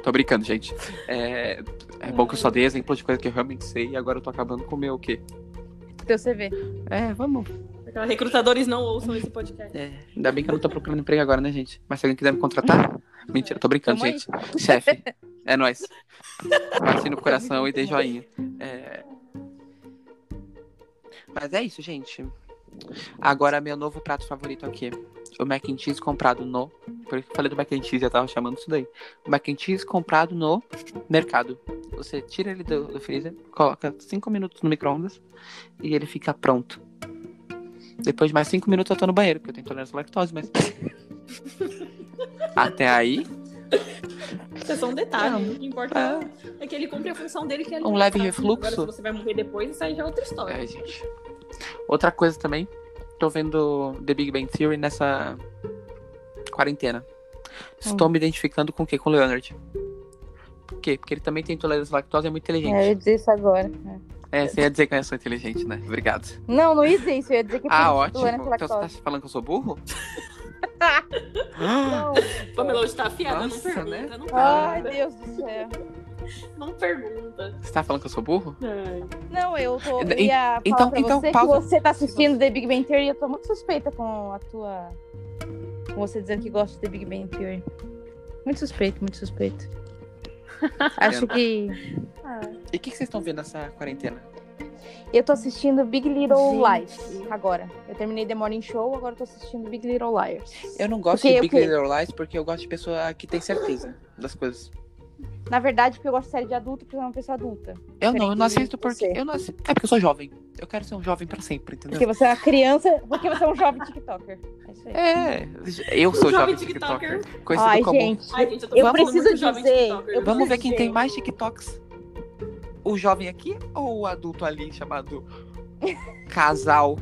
S1: tô brincando, gente. É, é bom que eu só dei exemplo de coisa que eu realmente sei e agora eu tô acabando com o meu o quê?
S3: Teu CV.
S1: É, vamos.
S2: Recrutadores não ouçam esse podcast.
S1: É, ainda bem que eu não tô procurando emprego agora, né, gente? Mas se alguém quiser me
S3: [LAUGHS]
S1: contratar. Mentira, tô brincando,
S3: Tamo aí.
S1: gente. Chefe, é nóis. Passe no coração e dê joinha. É. Mas é isso, gente. Agora, meu novo prato favorito é o quê? O mac and cheese comprado no. Por isso que eu falei do mac and cheese, já tava chamando isso daí. O mac and cheese comprado no mercado. Você tira ele do, do freezer, coloca 5 minutos no micro-ondas e ele fica pronto. Depois de mais 5 minutos eu tô no banheiro, porque eu tenho intolerância à lactose, mas. [LAUGHS] Até aí,
S2: Isso é só um detalhe.
S1: Não.
S2: O que importa é. que ele cumpre a função dele, que é
S1: Um leve
S2: alimentar.
S1: refluxo.
S2: Agora, se você vai morrer depois, isso aí já é outra história.
S1: É, gente. Outra coisa também, tô vendo The Big Bang Theory nessa quarentena. Estou me identificando com o quê? Com o Leonard. Por quê? Porque ele também tem intolerância à lactose e é muito
S3: É, eu ia
S1: inteligente.
S3: dizer isso agora.
S1: É, você ia dizer que eu sou inteligente, né? Obrigado.
S3: [LAUGHS] Não, não ia dizer isso. Eu ia dizer que
S1: Ah,
S3: por isso
S1: ótimo.
S3: que tu é
S1: Então você tá
S3: lactose.
S1: falando que eu sou burro?
S3: Não.
S2: Pamela hoje tá afiada,
S1: Nossa,
S2: não pergunta,
S1: É. né?
S2: não pergunta.
S3: Ai, Deus do céu.
S2: Não pergunta.
S1: Você tá falando que eu sou burro?
S3: Não, eu tô.
S1: En-
S3: Eu ia falar
S1: então-
S3: pra
S1: então,
S3: você
S1: pausa.
S3: que você tá assistindo The Big Bang Theory e eu tô muito suspeita com a tua. Com você dizendo que gosta de The Big Bang Theory. Muito suspeito,
S1: [LAUGHS]
S3: muito suspeito. Acho que.
S1: E o que, que vocês estão vendo nessa quarentena?
S3: Eu tô assistindo Big Little
S2: Gente.
S3: Lies agora. Eu terminei The Morning Show, agora eu tô assistindo Big Little Liars.
S1: Eu não gosto
S3: Porque
S1: de
S3: o
S1: Big
S3: quê?
S1: Little Lies porque eu gosto de pessoa que tem certeza das coisas.
S3: Na verdade, porque eu gosto de série de adulto, porque eu sou uma pessoa adulta.
S1: Eu não, eu não
S3: Diferente de
S1: assisto porque.
S3: você.
S1: Eu não assisto, é porque eu sou jovem. Eu quero ser um jovem pra sempre, entendeu?
S3: Porque você é uma criança, porque você é um jovem TikToker. É isso aí.
S1: É, eu sou
S2: Um
S1: jovem
S2: jovem
S1: TikToker.
S2: tiktoker.
S1: Conhecido
S3: Ai,
S1: como.
S3: gente.
S2: Ai, gente, eu tô
S3: Eu
S2: falando
S3: preciso
S2: muito de jovem
S3: dizer,
S2: tiktoker.
S3: eu
S1: Vamos ver quem
S3: Gente.
S1: tem mais TikToks. O jovem aqui ou o adulto ali chamado casal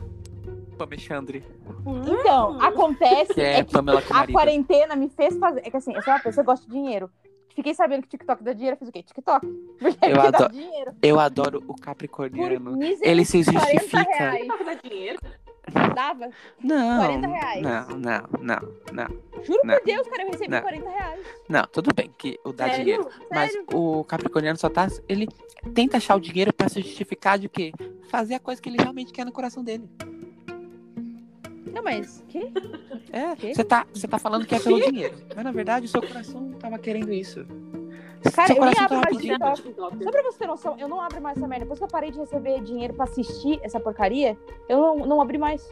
S1: Pamela Alexandre,
S3: Então, acontece
S1: que é,
S3: é que
S1: Pamela com
S3: a
S1: marido.
S3: quarentena me fez fazer. É que assim, eu sou uma pessoa que gosta de dinheiro. Fiquei sabendo que TikTok dá dinheiro, eu fiz o quê? TikTok. Porque
S1: Eu
S3: é que dá
S1: adoro-
S3: dinheiro.
S1: Eu adoro o
S3: Por
S1: Capricorniano.
S3: míseros
S1: Ele se
S3: 40
S1: justifica.
S3: reais.
S2: Vai dar dinheiro?
S3: Dava?
S1: Não.
S3: 40 reais.
S1: Não, não, não, não.
S3: Juro
S1: Não.
S3: por Deus, cara, eu recebi
S1: Não.
S3: 40 reais.
S1: Não, tudo bem que o dá
S3: Sério?
S1: dinheiro. Mas
S3: Sério?
S1: o Capricorniano só tá. Ele tenta achar o dinheiro pra se justificar de quê? Fazer a coisa que ele realmente quer no coração dele.
S3: Não, mas. Que?
S1: É,
S3: Quê?
S1: você tá, você tá falando que é [LAUGHS] pelo dinheiro. Mas na verdade, o seu coração tava querendo isso.
S3: Cara,
S1: seu
S3: eu nem
S1: coração
S3: abro
S1: tava
S3: mais
S1: pedindo.
S3: TikTok. Só pra você ter noção, eu não abro mais essa merda. Depois que eu parei de receber dinheiro pra assistir essa porcaria, eu não, não abri mais.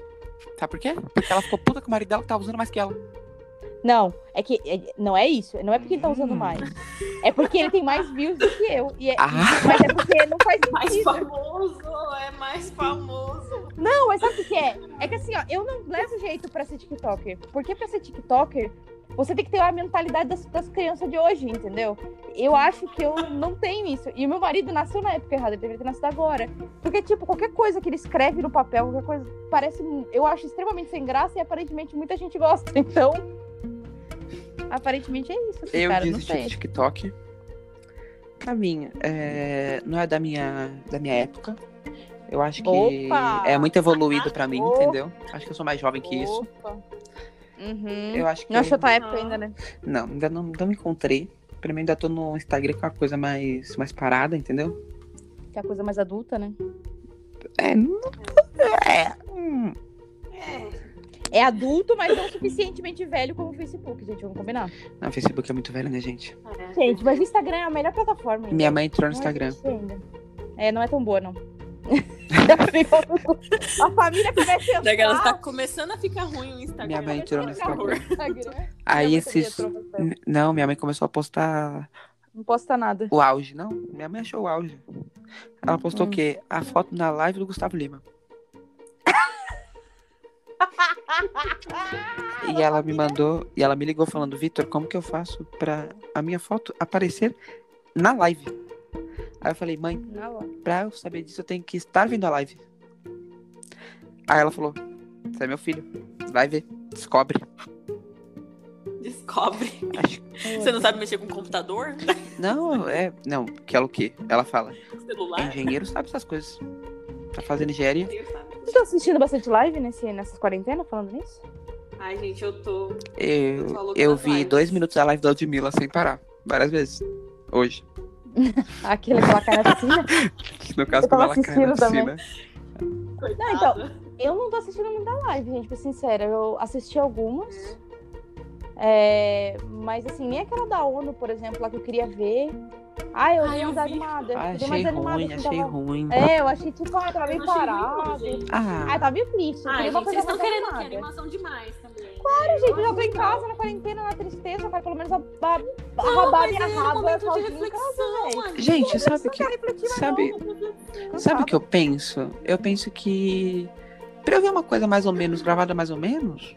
S1: Sabe por quê? Porque ela ficou puta com o marido dela que tava usando mais que ela.
S3: Não, é que é- não é isso. Não é porque ele tá usando
S1: Hum.
S3: mais. É porque ele tem mais views do que eu. E é-
S1: Ah.
S3: Mas é porque não [LAUGHS] faz
S2: Mais
S3: sentido.
S2: famoso, é mais famoso.
S3: Não, mas sabe o que é? É que assim, ó, eu não levo jeito pra ser TikToker. Porque pra ser TikToker, você tem que ter a mentalidade das, das crianças de hoje, entendeu? Eu acho que eu não tenho isso. E o meu marido nasceu na época errada, ele deveria ter nascido agora. Porque, tipo, qualquer coisa que ele escreve no papel, qualquer coisa, parece. um, Eu acho extremamente sem graça e aparentemente muita gente gosta. [LAUGHS] Então. Aparentemente é isso, assim,
S1: Eu
S3: cara. Não
S1: desisti do
S3: sei.
S1: TikTok. Pra mim, é, não é da minha, da minha época. Eu acho que
S3: Opa!
S1: é muito evoluído pra mim,
S3: Opa!
S1: entendeu? Acho que eu sou mais jovem que isso.
S3: Opa. Uhum.
S1: Eu acho que.
S3: Não achou tua
S2: Não.
S3: época ainda, né?
S1: Não, ainda não, não me encontrei. Pra mim ainda tô no Instagram com uma coisa mais, mais parada, entendeu?
S3: Que é a coisa mais adulta, né?
S1: É, não. É. hum.
S3: É adulto, mas não suficientemente velho como o Facebook, gente. Vamos combinar.
S1: Não, o Facebook é muito velho, né, gente?
S3: Gente, mas o Instagram é a melhor plataforma. ainda.
S1: Minha mãe entrou no
S3: Não
S1: Instagram.
S3: existe ainda. É, não é tão boa, não. [LAUGHS] a família começa a entrar.
S2: Daquelas tá começando a ficar ruim o Instagram. né?
S1: Minha mãe entrou no
S3: Tá
S2: Horror.
S1: Instagram.
S3: Instagram.
S1: Aí
S3: Minha mãe também
S1: esses.
S3: entrou no Instagram.
S1: Não, minha mãe começou a postar
S3: Não posta nada.
S1: O auge, não? Minha mãe achou o auge. Ela postou o
S3: Hum.
S1: quê? A foto na live do Gustavo
S3: [LAUGHS]
S1: Lima. e ela me mandou, e ela me ligou falando, Vitor, como que eu faço pra a minha foto aparecer na live? Aí eu falei, mãe, pra eu saber disso, eu tenho que estar vendo a live. Aí ela falou, você é meu filho, vai ver, descobre.
S2: Descobre.
S1: Acho-
S2: Você não sabe mexer com computador? né?
S1: Não, é, não, que ela o quê? Ela fala,
S2: Celular?
S1: engenheiro sabe essas coisas. Tá fazendo engenharia.
S2: Deus sabe.
S3: Vocês estão assistindo bastante live nesse, nessas quarentenas falando nisso?
S2: Ai, gente, eu tô.
S1: Eu,
S2: Falou
S1: eu
S2: das
S1: vi
S2: lives.
S1: dois minutos da live da Ludmilla sem parar. Várias vezes. Hoje. [LAUGHS]
S3: Aquilo, aquela cara assim, né?
S1: Que No caso,
S3: Eu tava
S1: quando ela caiu na
S3: assistindo
S1: piscina.
S2: Coitada.
S3: então, Eu não tô assistindo muita live, gente, pra ser sincera. Eu assisti algumas. É, mas assim, nem aquela da ONU, por exemplo, lá que eu queria ver. Ah, eu
S2: Ah,
S3: dei
S2: eu
S3: uma
S2: vi.
S3: desanimada.
S1: Ah,
S3: Eu dei uma
S1: achei
S3: desanimada.
S1: ruim,
S3: assim,
S1: achei
S3: tava...
S1: ruim.
S3: É, eu achei tipo, ah, tava
S2: Eu
S3: meio
S2: não achei ruim, não,
S3: parado.
S2: gente.
S3: Ah,
S1: Ah,
S3: tava meio triste. eu
S2: Ai,
S3: queria uma
S2: gente,
S3: coisa
S2: vocês estão
S3: mais
S2: querendo que
S3: animada.
S2: animação demais também.
S3: Claro, gente, eu tô em casa na quarentena, na tristeza, cara. Pelo menos a, a, a
S2: Não,
S3: rabar
S2: mas
S3: minha
S2: é um
S3: raba
S2: momento de
S3: sozinha em casa,
S2: reflexão.
S3: velho.
S2: amiga.
S1: gente, sabe o
S3: Não
S1: que,
S3: quer refletir mais,
S1: sabe,
S3: não.
S1: sabe o
S3: Cansada.
S1: que eu penso? Eu penso que. Pra eu ver uma coisa mais ou menos, gravada mais ou menos.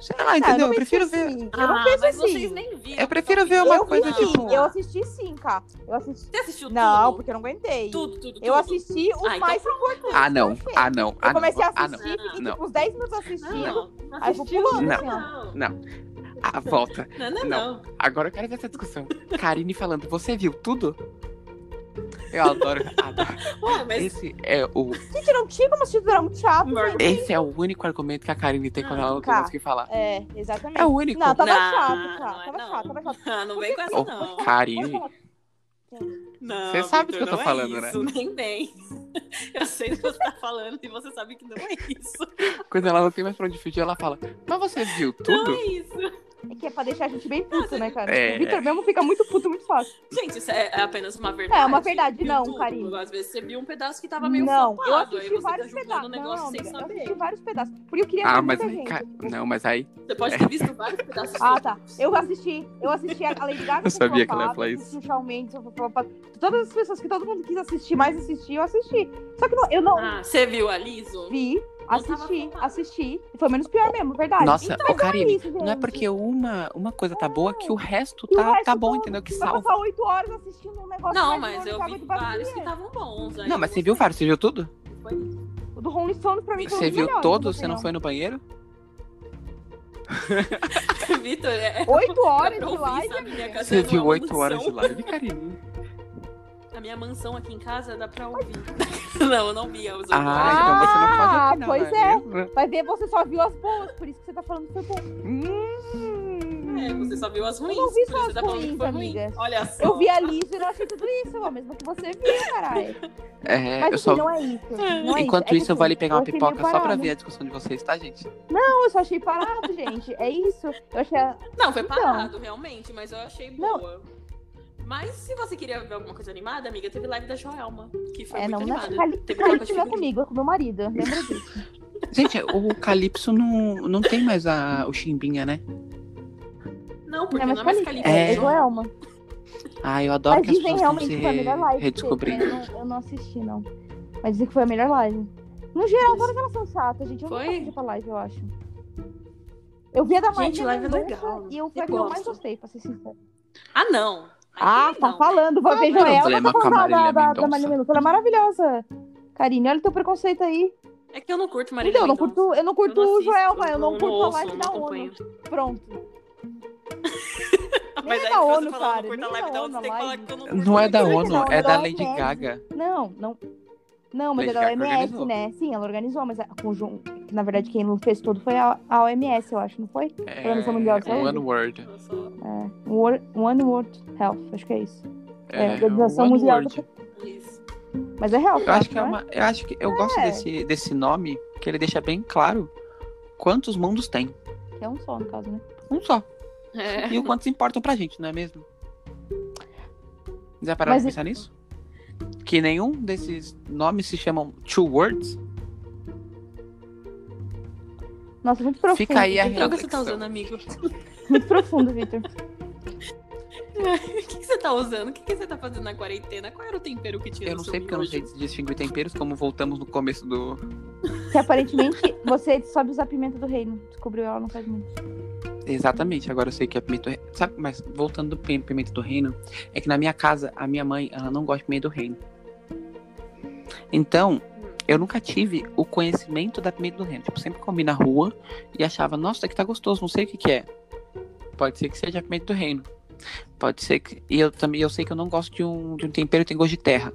S1: Sei lá,
S3: Ah, eu
S1: entendeu?
S3: não
S1: Eu
S3: penso
S1: prefiro ver.
S3: assim, Eu
S2: Ah,
S3: não penso
S2: mas
S3: assim.
S2: vocês nem viram. tá
S1: Eu prefiro ver uma
S3: eu
S1: coisa,
S3: vi,
S1: tipo-
S3: Eu assisti sim, cara. Eu assisti.
S2: Você assistiu tudo?
S3: Não, porque eu não aguentei.
S2: Tudo, tudo, tudo.
S3: Eu assisti os
S2: Ah, então
S3: mais importantes.
S1: Ah, não.
S3: perfeito.
S1: Ah, não.
S3: Eu
S1: Ah, não.
S3: comecei a
S1: Ah, não.
S3: assistir, fiquei
S1: não.
S3: tipo uns 10 minutos assistindo.
S2: Não, não
S3: Aí eu vou
S2: assistiu.
S3: pulando,
S1: Não.
S3: assim, ó.
S1: Ah, volta.
S2: Não, não,
S1: Não.
S2: não.
S1: Agora eu quero ver essa discussão. Karine falando, você viu tudo? Eu adoro. adoro.
S2: Ué, mas
S1: Esse é o
S3: Gente, não tinha como assistir, era um muito chato.
S2: Mor-
S3: gente.
S1: Esse é o único argumento que a Karine tem quando ela não tem
S3: Tá.
S1: mais o que falar.
S3: É, exatamente.
S1: É o único.
S3: Não, tá tava
S2: Não,
S3: chato, cara.
S2: não é
S3: tava
S2: não.
S3: chato, tava chato.
S2: Ah, não vem com essa,
S1: Ô,
S2: não.
S1: Karine,
S3: Posso falar?
S2: Não,
S1: Você sabe do
S2: Vitor,
S1: que eu tô
S2: não é
S1: falando, né?
S2: isso, Nem bem. [LAUGHS] Eu sei do que você tá falando e você sabe que não é isso.
S1: Quando ela não tem mais pra onde fugir, ela fala, mas você viu tudo?
S2: Não é isso.
S3: É que é pra deixar a gente bem puto, né, cara?
S1: É.
S3: O Vitor mesmo fica muito puto, muito fácil.
S2: Gente, isso é é apenas uma verdade.
S3: É uma verdade,
S2: Viu
S3: não,
S2: tudo.
S3: Karine.
S2: Às vezes você viu um pedaço que tava meio
S3: não,
S2: flopado,
S3: eu
S2: aí você
S3: assisti
S2: tá
S3: vários
S2: julgando
S3: pedaços.
S2: o negócio
S3: Não,
S2: sem
S3: amiga, eu
S2: saber.
S3: assisti vários pedaços. Porque eu queria ver
S1: Ah, mas
S3: muita
S1: aí,
S3: gente.
S1: ca- não, mas aí
S2: Você pode
S1: É.
S2: ter visto vários pedaços.
S3: Ah, tá. Eu assisti, eu assisti a Lady Gaga.
S1: Eu
S3: foi
S1: sabia que ela ia
S3: flopada,
S1: falar
S3: eu
S1: isso.
S3: assisti o Shawn Mendes, eu fui flopada. Todas as pessoas que todo mundo quis assistir, mais assistir, eu assisti. Só que não- eu não
S2: Ah, você viu a Liso?
S3: vi,
S2: tava
S3: assisti,
S2: flopada.
S3: assisti. E Foi menos pior mesmo, verdade.
S1: Nossa, ô, Karine,
S3: então isso,
S1: Não é
S3: gente.
S1: porque uma, uma coisa tá boa que o resto
S3: E o
S1: tá,
S3: resto
S1: tá bom,
S3: todo,
S1: entendeu? Que
S3: Você vai
S1: salva.
S3: passar oito horas assistindo um negócio
S2: Não,
S3: mais
S2: mas
S3: de
S2: eu
S3: água
S2: vi
S3: de
S2: vários que
S3: bacia.
S2: estavam bons. aí
S1: Não,
S2: eu
S1: mas você viu
S2: gostei.
S1: vários, você viu tudo?
S3: O do Rolling Stones pra mim foi um
S1: Você
S3: dos
S1: viu
S3: melhores,
S1: todos,
S3: na
S1: você não
S3: minha
S1: foi no banheiro?
S2: [LAUGHS] Vitor, é.
S3: opinião. Oito horas
S2: pra
S3: de
S2: ouvir,
S3: live,
S2: sabe? Minha casa
S1: Você
S2: era
S1: viu
S2: uma
S1: oito horas de
S2: mansão.
S1: live, Karine?
S2: A minha mansão aqui em casa dá pra ouvir. [LAUGHS] não, eu não vi as oito
S1: Ah,
S2: horas.
S1: então você não né? pode
S3: Ah,
S1: opinar,
S3: pois
S1: não
S3: é.
S1: mesmo?
S3: vai ver, você só viu as boas, por isso que você tá falando que foi bom.
S1: Hum.
S2: É, você só viu as ruins.
S3: não vi
S2: por
S3: só
S2: isso
S3: as
S2: tá falando que
S3: ruins,
S2: foi ruim.
S3: amiga.
S2: Olha só.
S3: Eu vi a Liz e não achei tudo isso, é o mesmo que você viu, caralho.
S1: É,
S3: Mas
S1: eu
S3: enfim,
S1: só...
S3: não é isso. não é
S1: Enquanto
S3: é
S1: isso, eu vou ali pegar uma
S3: achei
S1: pipoca
S3: meio
S1: só pra
S3: parado.
S1: ver a discussão de vocês, tá, gente?
S3: Não, eu só achei parado, gente. É isso. Eu achei. a-
S2: Não, foi
S3: Então.
S2: parado, realmente, mas eu achei
S3: Não.
S2: boa. Mas se você queria ver alguma coisa animada, amiga, teve live da Joelma, que foi
S3: É,
S2: muito
S3: não, não é
S2: animada.
S3: que Cali-
S2: Teve troca de
S3: Calypso não é
S2: figurinha.
S3: comigo, é com meu marido. Lembra disso?
S1: Gente, o Calypso não, não tem mais a, o Chimbinha, né?
S2: Não,
S3: Não
S2: porque
S3: é
S2: não
S3: mais
S2: é mais
S3: Calypso,
S2: Calipo.
S3: é
S1: É.
S3: Joelma.
S1: Ah, eu adoro
S3: Mas
S1: que as
S3: dizem
S1: pessoas
S3: realmente que
S1: se
S3: foi a melhor live. que teve,
S1: redescobrindo.
S3: né? Eu não, eu não assisti, não. Mas dizem que foi a melhor live. No geral, todas elas são chatas, gente. Eu
S2: Foi?
S3: não gosto pra live, eu acho. Eu vi a da Maria
S2: Gente, live é
S3: Mendonça
S2: legal.
S3: e eu
S2: Eu
S3: foi a que eu mais
S2: gosto.
S3: gostei, pra ser sincera.
S2: Ah, não.
S3: Ah,
S2: Aquele
S3: tá
S2: não, né?
S3: falando. Vou ver
S1: mas não
S3: Joelma,
S1: problema
S3: tá
S1: com a
S3: falando da,
S1: Marília
S3: da, da
S1: Mendonça.
S3: Maria Mendonça. Ela é maravilhosa. Karine, olha o teu preconceito aí.
S2: É que eu não curto Marília
S3: Então, eu não
S2: Mendonça.
S3: curto, eu não
S2: Eu
S3: curto o
S2: assisto,
S3: Joelma, eu não curto a
S2: ouço,
S3: live
S2: não
S3: da
S2: acompanho.
S3: ONU. Pronto. Nem
S2: Mas
S3: é
S2: aí
S3: da
S2: se
S3: ONU,
S2: você falar
S3: cara,
S2: eu não curto a
S3: nem
S2: live
S3: da
S2: da
S3: ONU
S2: ONU, você tem que
S3: a
S2: falar
S3: live.
S2: que eu não curto.
S1: Não é da
S3: Não é
S1: ONU,
S3: da
S1: é da
S3: ONU,
S1: Lady
S3: é.
S1: Gaga.
S3: Não, não. Não, mas
S1: Lady
S3: é da
S1: Gaga
S3: OMS,
S1: organizou.
S3: né? Sim, ela organizou, mas a, conjun- que, na verdade quem fez tudo foi a, a OMS, eu acho, não foi?
S1: É,
S3: Programação Mundial de Saúde.
S1: One Word.
S2: Eu sou
S3: World, One World Health, acho que é isso. É,
S1: É,
S3: Organização
S1: One
S3: Mundial
S1: Word.
S2: isso.
S3: Mas é Health,
S1: Eu acho que é
S3: não
S1: uma. Eu acho que eu gosto
S3: É.
S1: desse, desse nome, que ele deixa bem claro quantos mundos tem.
S3: Que é um só, no caso, né?
S1: Um só.
S2: É.
S1: E o quanto se importam pra gente, não é mesmo? Já pararam
S3: Mas
S1: de
S3: e-
S1: pensar nisso? Que nenhum desses nomes se chamam two words?
S3: Nossa, muito profundo.
S1: Fica aí a
S2: Que droga você tá
S1: reflexão.
S2: usando, amigo?
S3: Muito profundo, Victor.
S2: O que, que você tá usando? O que, que você tá fazendo na quarentena? Qual era o tempero que tinha
S1: Eu
S2: no
S1: não
S2: seu
S1: sei porque eu não sei
S2: miojo?
S1: distinguir temperos, como voltamos no começo do.
S3: Que aparentemente você sobe usar pimenta do reino. Descobriu ela não faz muito.
S1: Exatamente, agora eu sei que é pimenta do reino. Sabe, mas voltando do pim- pimenta do reino, é que na minha casa, a minha mãe, ela não gosta de pimenta do reino. Então, eu nunca tive o conhecimento da pimenta do reino. Tipo, sempre comi na rua e achava, nossa, isso aqui tá gostoso, não sei o que que é. Pode ser que seja a pimenta do reino. Pode ser que. E eu também eu sei que eu não gosto de um, de um tempero que tem gosto de terra.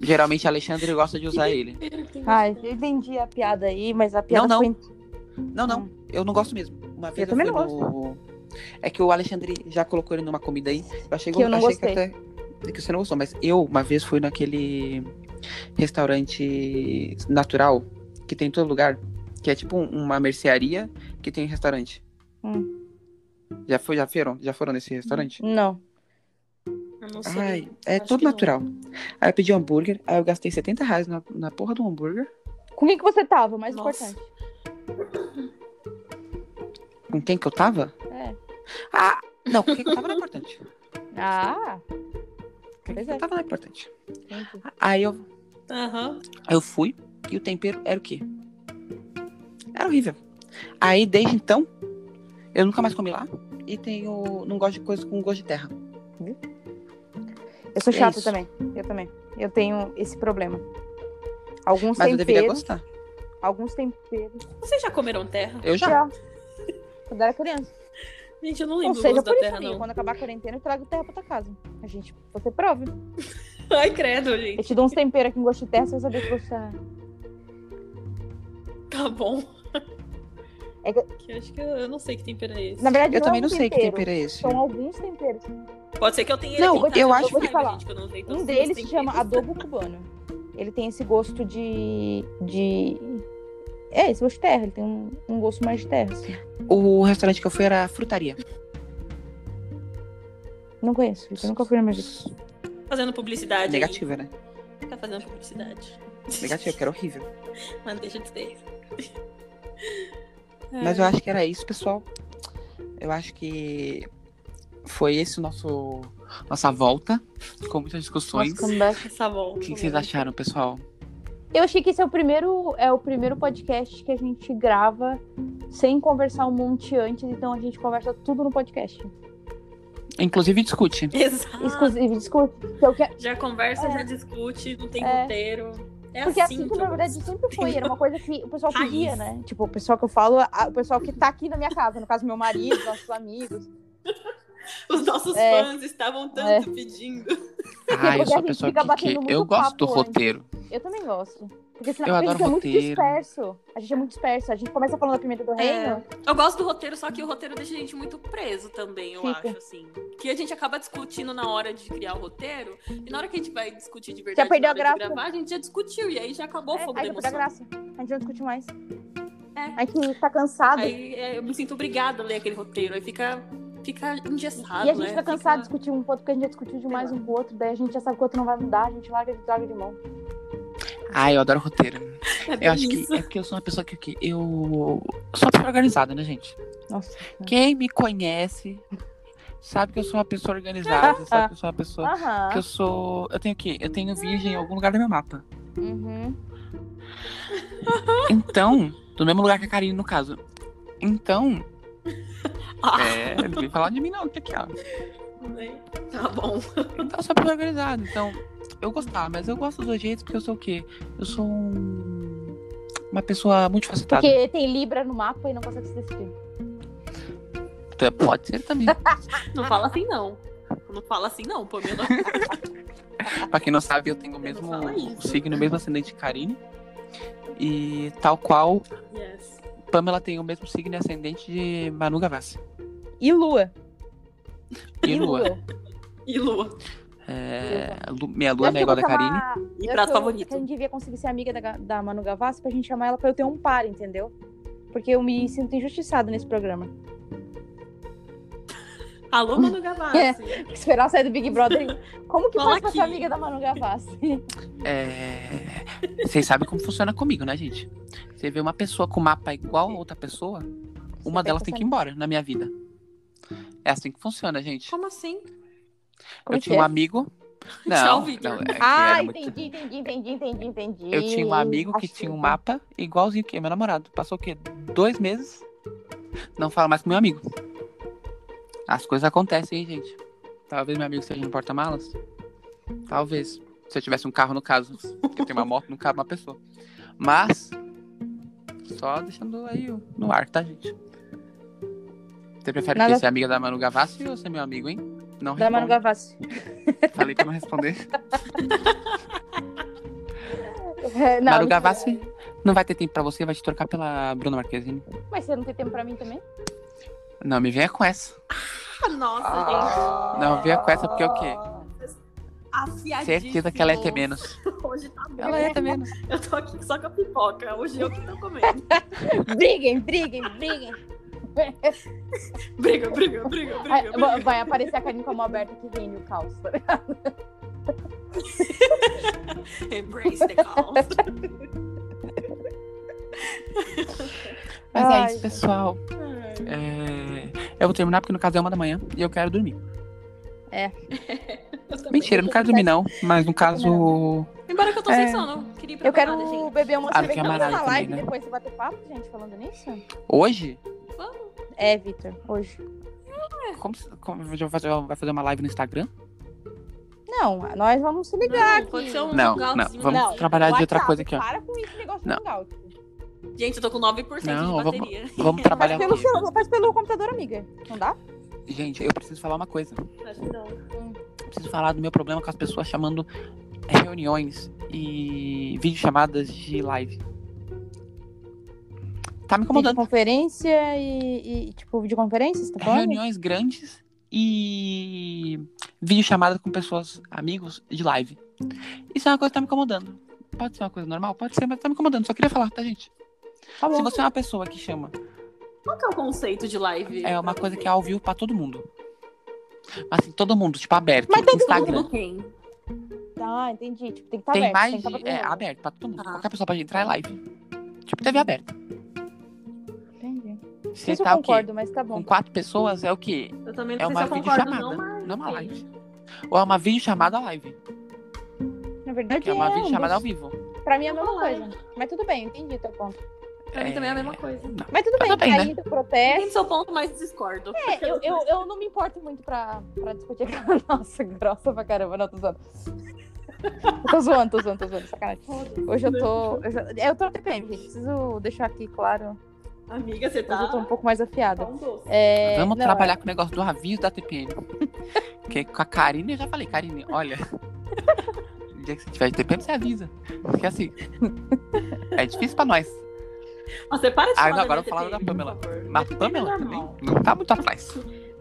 S1: Geralmente Alexandre gosta de usar ele.
S3: Ai, eu entendi a piada aí, mas a piada
S1: não.
S3: foi
S1: Não, não, eu não gosto mesmo. Uma vez eu,
S3: também
S1: fui
S3: não
S1: no... É que o Alexandre já colocou ele numa comida aí. Eu achei
S3: Que eu não
S1: achei
S3: gostei.
S1: Que, até... que você não gostou, mas eu uma vez fui naquele restaurante natural que tem em todo lugar, que é tipo um- uma mercearia que tem um restaurante. Já foi, já foram, já foram nesse restaurante?
S3: Não.
S2: Eu não sei.
S1: Ai, é
S2: acho
S1: tudo
S2: que não.
S1: natural. Aí eu pedi um hambúrguer, aí eu gastei 70 reais na, na porra do hambúrguer.
S3: Com quem que você tava? O Mais
S2: Nossa.
S3: importante.
S1: Com quem que eu tava?
S3: É.
S1: Ah, não, com quem que eu tava não é importante.
S3: Ah,
S1: Com quem
S3: Pois
S1: que eu
S3: é.
S1: tava não é importante.
S3: entendi.
S1: Aí eu
S2: Aham.
S1: Aí Eu fui e o tempero era o quê? Era horrível. Aí, desde então, eu nunca mais comi lá e tenho. Não gosto de coisa com gosto de terra.
S3: Eu sou
S1: É
S3: chata
S1: isso.
S3: também. Eu também. Eu tenho esse problema. Alguns
S1: Mas eu deveria
S3: temperos.
S1: gostar.
S3: Alguns temperos.
S2: Vocês já comeram terra?
S1: Eu já.
S3: Já. Quando era criança.
S2: Gente, eu não
S3: Ou
S2: lembro o
S3: seja,
S2: gosto
S3: por
S2: da
S3: isso,
S2: terra,
S3: amiga,
S2: não.
S3: quando acabar a quarentena, eu trago terra pra tua casa. A gente,
S1: [LAUGHS]
S3: você prova.
S2: Ai, credo,
S3: Eu [LAUGHS]
S2: gente.
S3: te dou uns temperos aqui em gosto de terra, você vai saber que gosto é.
S2: Tá bom.
S3: É que-
S2: acho que eu, eu não sei que tempero é esse.
S3: Na verdade,
S1: Eu também
S3: é
S1: não
S3: um
S1: sei que
S3: tempero,
S1: tempero é esse.
S3: São alguns temperos.
S2: Pode ser que eu tenha ele
S3: Não,
S2: aqui em casa,
S1: eu acho
S2: vou
S3: que-
S2: falar,
S3: falar.
S2: gente, que eu não usei, então
S3: Um
S2: vocês têm
S3: deles se
S2: que
S3: chama
S2: testar.
S3: adobo cubano. Ele tem esse gosto de. de. É, esse gosto de terra. Ele tem um, um gosto mais de terra. assim.
S1: O restaurante que eu fui era frutaria.
S3: Não conheço, eu nunca fui na minha vida.
S2: Fazendo publicidade.
S1: Negativa, né?
S2: aí. Tá fazendo publicidade.
S1: Negativa, porque era horrível.
S2: [LAUGHS] Mano, deixa de ser.
S3: É.
S1: Mas eu acho que era isso, pessoal. Eu acho que foi esse o nosso nossa volta com muitas discussões.
S3: Nosso comeback.
S2: Essa volta.
S1: O que que vocês acharam, pessoal?
S3: Eu achei que esse é o primeiro é o primeiro podcast que a gente grava sem conversar um monte antes, então a gente conversa tudo no podcast.
S1: Inclusive discute.
S2: Exato.
S3: Exclusive, desculpa. que eu que-
S2: Já conversa,
S3: É.
S2: já discute, não tem
S3: É.
S2: roteiro. É
S3: Porque
S2: assim,
S3: assim que na
S2: eu
S3: verdade
S2: gosto.
S3: sempre foi, era uma coisa que o pessoal
S2: Raiz.
S3: pedia, né? Tipo, o pessoal que eu falo, a- o pessoal que tá aqui na minha casa, no caso
S2: [LAUGHS]
S3: meu marido, nossos amigos.
S2: [LAUGHS] Os nossos
S3: É.
S2: fãs estavam tanto pedindo.
S3: [LAUGHS]
S1: Ah, eu sou
S3: a
S1: a
S3: gente
S1: pessoa
S3: fica
S1: que,
S3: batendo
S1: que
S3: muito
S1: eu gosto
S3: papo
S1: do
S3: antes.
S1: roteiro.
S3: Eu também gosto. Porque senão
S1: Eu
S3: a
S1: adoro
S3: gente é muito
S1: roteiro.
S3: disperso. A gente é muito disperso. A gente começa falando da pimenta
S2: É,
S3: do reino.
S2: Eu gosto do roteiro, só que o roteiro deixa a gente muito preso também, eu
S3: Fica.
S2: acho, assim. Que a gente acaba discutindo na hora de criar o roteiro, e na hora que a gente vai discutir de verdade,
S3: perdeu
S2: na hora
S3: a
S2: de
S3: graça.
S2: gravar, a gente já discutiu, e aí já acabou o
S3: É,
S2: fogo da
S3: aí dá
S2: emoção.
S3: graça. A gente não discute mais.
S2: É.
S3: A gente tá cansado.
S2: Aí é, eu me sinto obrigada a ler aquele roteiro, aí fica, fica engessado,
S3: E a gente
S2: né?
S3: fica cansado de
S2: Fica-
S3: discutir um ponto, porque a gente já discutiu demais um com o outro, daí a gente já sabe que o outro não vai mudar, a gente larga de droga de mão.
S1: Ah, eu adoro roteiro.
S2: É bem
S1: Eu acho que
S2: isso.
S1: é porque eu sou uma pessoa que o quê? Eu sou uma pessoa organizada, né, gente?
S3: Nossa.
S1: Quem me conhece sabe que eu sou uma pessoa
S3: [LAUGHS]
S1: organizada, sabe que eu sou uma pessoa.
S3: Aham.
S1: Que eu sou. Eu tenho o quê? Eu tenho virgem em algum lugar do meu mapa.
S3: Uhum.
S1: Então, do mesmo lugar que a Karine, no caso. Então.
S2: [LAUGHS] Ah,
S3: [LAUGHS]
S1: É, não vem falar de mim, não, porque aqui, ó.
S2: né? Tá
S3: [LAUGHS]
S2: bom.
S1: Então, eu sou uma pessoa organizada. Então, eu gostava, mas eu gosto dos jeitos porque eu sou o quê? Eu sou um- uma pessoa multifacetada.
S3: Porque tem Libra no mapa e não consegue se decidir.
S1: Então, Pode ser
S3: [LAUGHS]
S1: também.
S2: Não fala assim, não. Não fala assim, não, pô, meu
S1: Pra quem não sabe, eu tenho o
S2: não
S1: mesmo
S2: fala isso.
S1: o signo, o mesmo ascendente de Karine. E tal qual,
S2: Yes.
S1: Pamela tem o mesmo signo e ascendente de Manu Gavassi.
S3: E Lua.
S1: E Lua.
S2: E Lua.
S1: É, Lu- minha
S3: Eu
S1: Lua não
S3: acho que
S1: é
S3: eu
S1: igual
S3: vou
S1: a da Karine.
S3: chamar-
S2: E
S3: eu acho
S2: prato
S3: que eu-
S2: favorito.
S3: que A gente devia conseguir ser amiga da, Ga- da Manu Gavassi pra gente chamar ela pra eu ter um par, entendeu? Porque eu me sinto injustiçada nesse programa. [LAUGHS]
S2: Alô, Manu
S3: [LAUGHS] É.
S2: Gavassi.
S3: Esperar sair do Big Brother. Como que
S2: Fala
S3: faz pra ser
S2: aqui.
S3: amiga da Manu Gavassi?
S1: É, Vocês sabem como funciona comigo, né, gente? Você vê uma pessoa com mapa igual a outra pessoa, [LAUGHS]
S3: tá
S1: uma delas tem que ir embora na minha vida. É assim que funciona, gente.
S2: Como assim?
S3: Como
S1: eu
S3: que
S1: tinha um
S3: é? [LAUGHS]
S1: amigo. Não,
S2: Tchau, Vitor.
S1: não, é que
S3: Ah,
S1: era muito-
S3: entendi, entendi, entendi, entendi, entendi.
S1: Eu tinha um amigo que
S3: Acho tá.
S1: tinha um mapa igualzinho que meu namorado. Passou o quê? Dois meses? Não fala mais com meu amigo. As coisas acontecem, hein, gente. Talvez meu amigo esteja no porta-malas. Talvez. Se eu tivesse um carro, no caso. Porque eu tenho uma moto, no carro, uma pessoa. Mas. Só deixando aí o- no ar, tá, gente? Você prefere
S3: Nada-
S1: que ser amiga da Manu Gavassi ou ser meu amigo, hein? Não
S3: Da
S1: responde.
S3: Manu
S1: [LAUGHS]
S3: Gavassi.
S1: Falei pra não responder.
S3: É, [LAUGHS] não,
S1: Manu
S3: não-
S1: Gavassi não vai ter tempo pra você, vai te trocar pela Bruna Marquezine.
S3: Mas é você não tem tempo pra mim também?
S1: Não, me venha com essa.
S2: Ah, Nossa,
S1: Não, venha com essa, porque é o quê?
S2: gente. Afiadíssimo.
S1: Certeza que ela é T menos.
S2: [LAUGHS] Hoje tá bom.
S1: Ela é T menos.
S2: Eu tô aqui só com a pipoca. Hoje eu que tô comendo. [LAUGHS]
S3: briguem, briguem,
S1: [LAUGHS]
S3: briguem.
S2: Briga, briga, briga,
S3: Ai,
S2: briga.
S3: va-
S2: briga.
S3: Vai aparecer a Karine com a mão aberta que reine o caos.
S1: é
S2: Embrace the
S3: [LAUGHS]
S2: cause.
S1: Mas
S3: Ai,
S1: é isso, pessoal. É, Eu vou terminar porque no caso é uma da manhã e eu quero dormir.
S2: Eu também.
S1: Mentira, eu não quero dormir não. Mas no caso.
S2: Embora que eu tô sem
S1: É.
S2: sono. Queria ir pra
S3: Eu quero
S2: balada, gente.
S3: beber uma
S1: Ah,
S3: cerveja.
S1: que é
S3: Vamos
S1: amarelo
S3: na live
S1: também, né?
S3: depois você bater papo, gente, falando nisso?
S1: Hoje?
S2: Vamos.
S3: É, Vitor, hoje.
S1: Como, se- como a gente vai fazer, vai fazer uma live no Instagram?
S3: Não, nós vamos se ligar
S2: Não,
S3: aqui.
S2: pode ser um
S1: Não, não,
S2: galzinho,
S1: vamos
S2: né?
S1: trabalhar de outra
S3: WhatsApp,
S1: coisa aqui, ó.
S3: Para com esse negócio
S1: Não.
S3: do Gaudi.
S2: Gente, eu tô com 9%
S1: Não,
S2: de
S1: vamos-
S2: bateria.
S1: Vamos trabalhar
S3: Faz
S1: o
S3: pelo,
S1: quê?
S3: celular, faz pelo computador, amiga. Não dá?
S1: Gente, eu preciso falar uma coisa.
S2: Acho que não.
S1: Eu preciso falar do meu problema com as pessoas chamando reuniões e videochamadas de live. Tá me incomodando.
S3: Videoconferência e, e, tipo, videoconferência, você tá falando?
S1: reuniões grandes e vídeo chamada com pessoas, amigos, de live. Isso é uma coisa que tá me incomodando. Pode ser uma coisa normal? Pode ser, mas tá me incomodando. Só queria falar, tá, gente?
S3: Tá bom.
S1: Se você é uma pessoa que chama,
S2: Qual que é o conceito de live?
S1: é uma coisa que é ao vivo pra todo mundo. Mas assim, todo mundo, tipo, aberto.
S2: Mas todo
S1: Instagram.
S2: mundo tem.
S3: Ah, entendi. Tipo, tem que estar
S1: tem
S3: aberto. Tá.
S1: mais
S3: tem que tá
S1: de-
S3: pra todo
S1: é,
S3: mundo.
S1: aberto pra todo mundo.
S2: Ah.
S1: Qualquer pessoa pode entrar em live. Tipo, TV aberta.
S3: Entendi. Não sei
S1: Você
S3: se eu
S1: tá o quê?
S3: concordo, mas tá bom.
S1: Com quatro pessoas é o quê?
S2: Eu também não
S1: É
S2: sei
S1: uma
S2: se eu concordo,
S1: videochamada,
S2: não, mas.
S1: não é uma live.
S2: enfim.
S1: Ou é uma videochamada live.
S3: Na verdade,
S1: Que é uma
S3: um
S1: videochamada ao
S3: dos-
S1: vivo.
S3: Pra mim é a mesma
S2: Online.
S3: coisa. Mas tudo bem, eu entendi teu ponto.
S2: Pra mim também é a mesma coisa.
S3: Mas tudo
S1: Mas
S3: bem,
S1: tá bem, né?
S3: caindo, protesto.
S2: Entendo seu ponto, mas discordo.
S3: É, eu, eu, eu não me importo muito pra, pra discutir aquela [LAUGHS] nossa grossa pra caramba. Não, tô zoando. [LAUGHS] Eu tô zoando, tô zoando, tô zoando. Sacanagem. Hoje eu tô. Eu, já, é, eu tô na TPM, gente. Preciso deixar aqui claro.
S2: Amiga, você
S3: Hoje
S2: tá.
S3: eu tô um pouco mais
S2: tá
S3: afiada.
S2: um doce.
S3: É,
S1: Vamos
S3: não,
S1: trabalhar com o negócio do aviso da TPM. Porque com a Karine eu já falei, Karine,
S3: [LAUGHS]
S1: olha. O dia que você tiver de TPM, você avisa. Porque assim. É difícil pra nós.
S2: Ah, Você para de
S1: Ah,
S2: falar
S1: não,
S2: da
S1: agora
S2: minha
S1: eu vou falar da
S2: TPM,
S1: Pamela.
S2: por favor.
S1: Mas
S2: Minha TPM é
S1: Pamela também
S2: normal.
S1: não tá muito atrás.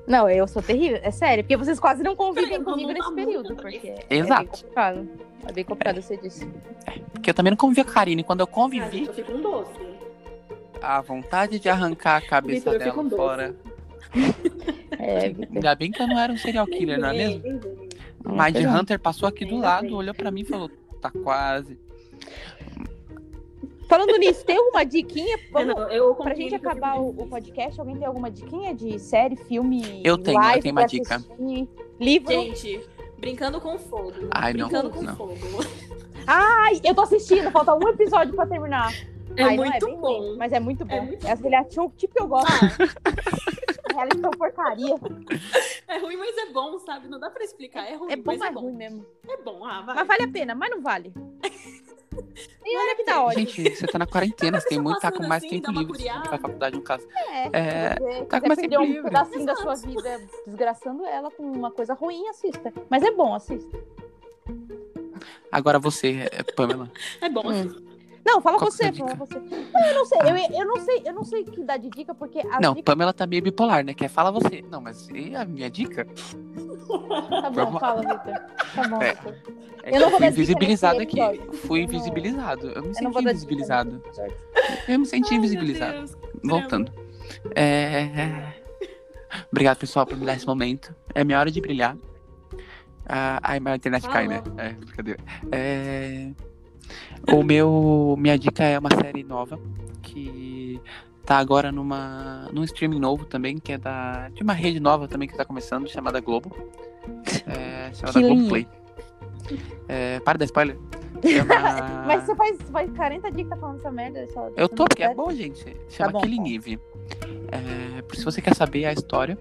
S3: Não, eu sou terrível. É sério, porque vocês quase não convivem
S2: Peraí, quando
S3: comigo
S2: não tá
S3: nesse período.
S2: muito,
S3: Porque é bem
S1: Exato.
S3: complicado. É bem complicado, você
S1: [LAUGHS]
S3: disse.
S1: Porque eu também não convivi com a Karine. Quando eu
S2: Ah, gente,
S1: convivi,
S2: eu fico um doce.
S1: a vontade de arrancar a cabeça
S2: Vitor, eu fico
S1: dela
S2: um doce.
S1: fora.
S3: É, Vitor.
S1: Ainda bem que eu não era um serial killer, não é mesmo? Mind
S3: Pois é.
S1: Hunter passou aqui do
S2: Ainda
S1: lado,
S2: bem.
S1: olhou pra mim e falou: tá quase.
S3: Falando nisso, tem alguma diquinha? Vamos,
S2: É, Não, [LAUGHS] eu
S3: pra gente
S2: compreendo que eu
S3: acabar
S2: fico
S3: o, o podcast, alguém tem alguma diquinha de série, filme?
S1: Eu tenho, eu
S3: live
S1: tenho uma
S3: pra
S1: dica.
S3: assistir, livro?
S2: Gente, brincando com fogo.
S1: Ai, não,
S2: brincando com
S1: não.
S2: fogo.
S3: Ai, eu tô assistindo, falta um episódio pra terminar.
S2: É
S3: Ai, não,
S2: muito
S3: bem
S2: bom.
S3: lento, mas é muito bom.
S2: É muito
S3: É aquele reality show tipo que eu gosto. reality show porcaria.
S2: É ruim, mas é bom, sabe? Não dá pra explicar. [LAUGHS] É ruim,
S3: É bom,
S2: mas é
S3: mas
S2: bom.
S3: ruim mesmo.
S2: É bom, ah, vai.
S3: Mas vale a pena, mas
S2: [LAUGHS]
S3: não vale. Tem
S2: é
S3: hora que dá ódio.
S1: Gente, você tá na quarentena, você tem
S2: pessoa
S1: muito, tá com
S2: passando
S1: mais
S2: assim,
S1: tempo
S2: dá uma
S1: livre. Você
S2: curiada.
S1: faz faculdade, no caso.
S3: É,
S1: É,
S3: se você
S1: tá com
S3: quiser
S1: mais
S3: perder
S1: tempo
S3: um
S1: livre.
S3: pedacinho da sua vida desgraçando ela com uma coisa ruim, assista. Mas é bom, assista.
S1: Agora você, é,
S3: [LAUGHS]
S1: Pamela.
S2: É bom.
S3: Hum. Não, fala
S1: Qual que é
S3: você,
S1: a
S3: fala
S1: dica? Ah,
S3: você. Não, eu não sei, eu, eu não sei, eu não sei o que dá de dica, porque as
S1: Não,
S3: dicas
S1: Pamela tá meio bipolar, né? Quer fala você. Não, mas e a minha dica?
S3: tá bom,
S1: vamos lá.
S3: fala, Vitor. Tá bom,
S1: É.
S3: Vitor.
S1: É
S3: Eu
S1: que
S3: não vou
S1: fui
S3: dar dica
S1: invisibilizado
S3: nesse
S1: aqui.
S3: episódio.
S1: Fui
S3: Eu não-
S1: invisibilizado. Eu me
S3: Eu não
S1: senti
S3: vou dar dica
S1: invisibilizado.
S3: nesse episódio.
S1: Eu me senti
S2: Ai,
S1: invisibilizado.
S2: meu Deus.
S1: Voltando. É... Obrigado, pessoal, por me dar esse momento. É minha hora de brilhar. Ah, ai, minha internet cai, né? É, brincadeira. É... O meu... Minha dica é uma série nova que tá agora numa... num streaming novo também, que é da... de uma rede nova também que tá começando, chamada Globo. É, chamada
S3: Que lindo.
S1: Globoplay. É, para da
S3: [LAUGHS]
S1: spoiler. Chama-
S3: Mas você faz, faz 40 dias que tá falando essa merda. Só,
S1: Ah. eu tô, porque é bom, gente. Chama
S3: bom,
S1: Killing
S3: bom.
S1: Eve. É, por- se você quer saber a história,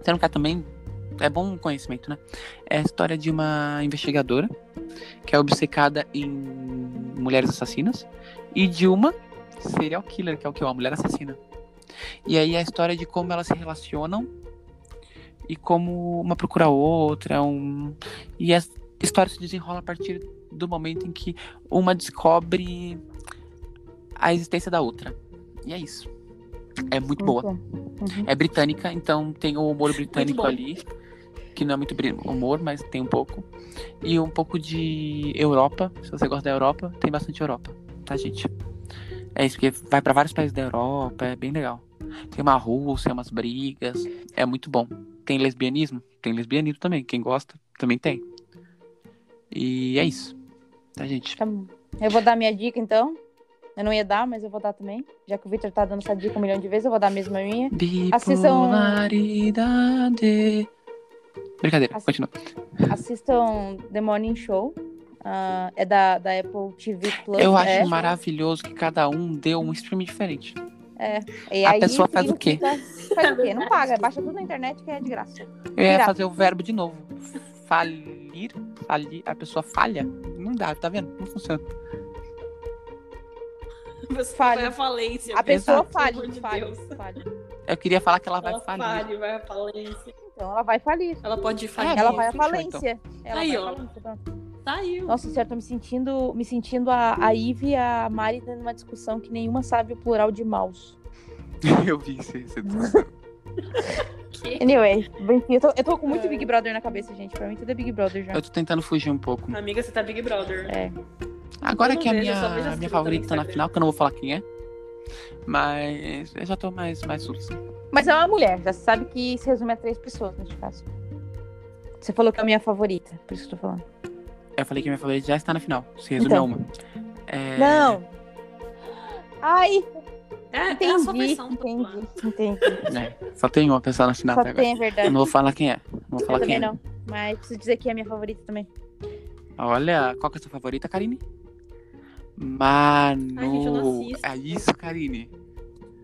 S1: você não quer também. É bom conhecimento, né? É a história de uma investigadora que é obcecada em mulheres assassinas e de uma serial killer, que é o que? Uma mulher assassina. E aí é a história de como elas se relacionam e como uma procura a outra. Um... E a história se desenrola a partir do momento em que uma descobre a existência da outra. E é isso. É
S3: Uhum.
S1: muito boa. É britânica, então tem o humor britânico
S2: bom.
S1: ali, que não é muito bri- humor, mas tem um pouco. E um pouco de Europa, se você gosta da Europa, tem bastante Europa, tá, gente? É isso, porque vai pra vários países da Europa, é bem legal. Tem uma Rússia, umas brigas, é muito bom. Tem lesbianismo? Tem lesbianismo também, quem gosta também tem. E é isso, tá, gente?
S3: Tá bom. Eu vou dar minha dica, então. Eu não ia dar, mas eu vou dar também. Já que o Victor tá dando essa dica um milhão de vezes, eu vou dar a mesma minha. Assistam-
S1: Bipolaridade. Brincadeira,
S3: Assi-
S1: continua.
S3: Assistam The Morning Show. Ah, é da, da Apple TV Plus.
S1: Eu acho
S3: é.
S1: maravilhoso que cada um deu um stream diferente.
S3: E
S1: a
S3: aí,
S1: pessoa faz o
S3: fica-
S1: quê?
S3: Faz o
S2: [LAUGHS]
S3: quê? Não paga. Baixa tudo na internet que é de graça.
S1: Eu ia
S3: Pirata.
S1: fazer o verbo de novo. Falir, falir, a pessoa falha. Não dá, tá vendo? Não funciona.
S2: Você
S3: Fale.
S2: vai à falência.
S3: A pessoa
S1: Exato.
S2: Pelo amor
S3: falha,
S2: de
S3: falha,
S2: Deus.
S3: falha.
S1: Eu queria falar que ela vai
S2: Ela
S1: [LAUGHS] falir.
S2: fale, vai à falência.
S3: Então ela vai falir.
S2: Ela pode
S1: É,
S2: falir.
S3: Ela vai à
S1: fechou,
S3: falência. Ela
S2: Aí,
S3: vai à
S2: ó.
S3: falência, pronto.
S2: Saiu.
S3: Nossa senhora, tô me sentindo, me sentindo a, a Ive e a Mari numa discussão que nenhuma sabe o plural de mouse.
S1: Eu vi isso. isso.
S2: Que?
S3: Anyway, enfim, É, eu tô, eu tô com muito Big Brother na cabeça, gente. Pra mim tudo é Big Brother já.
S1: Eu tô tentando fugir um pouco.
S2: Amiga, você tá Big Brother.
S3: É.
S1: Agora
S2: não
S1: que a
S2: vejo,
S1: minha,
S2: eu só vejo as
S1: a minha
S2: frutas no
S1: favorita tá na
S2: Instagram.
S1: final, que eu não vou falar quem é. Mas eu já tô mais, mais sussa.
S3: Mas é uma mulher, já se sabe que se resume a três pessoas neste caso. Você falou que é a minha favorita, por isso que eu tô falando.
S1: Eu falei que a minha favorita já está na final. Se resume
S3: Então.
S1: a uma. É,
S3: Não! Ai,
S2: É, é a sua
S3: entendi,
S2: versão popular.
S3: entendi, entendi.
S1: é, só tem uma pessoa na final
S3: Só
S1: até agora.
S3: tem a
S1: Eu
S3: verdade.
S1: não vou falar quem é. Não vou
S3: Eu
S1: falar quem
S3: também
S1: é.
S3: não. Mas preciso dizer que é a minha favorita também.
S1: Olha, qual que é a sua favorita, Karine?
S2: Ai, gente, eu não
S1: Manu.
S2: assisto.
S1: É isso, Karine.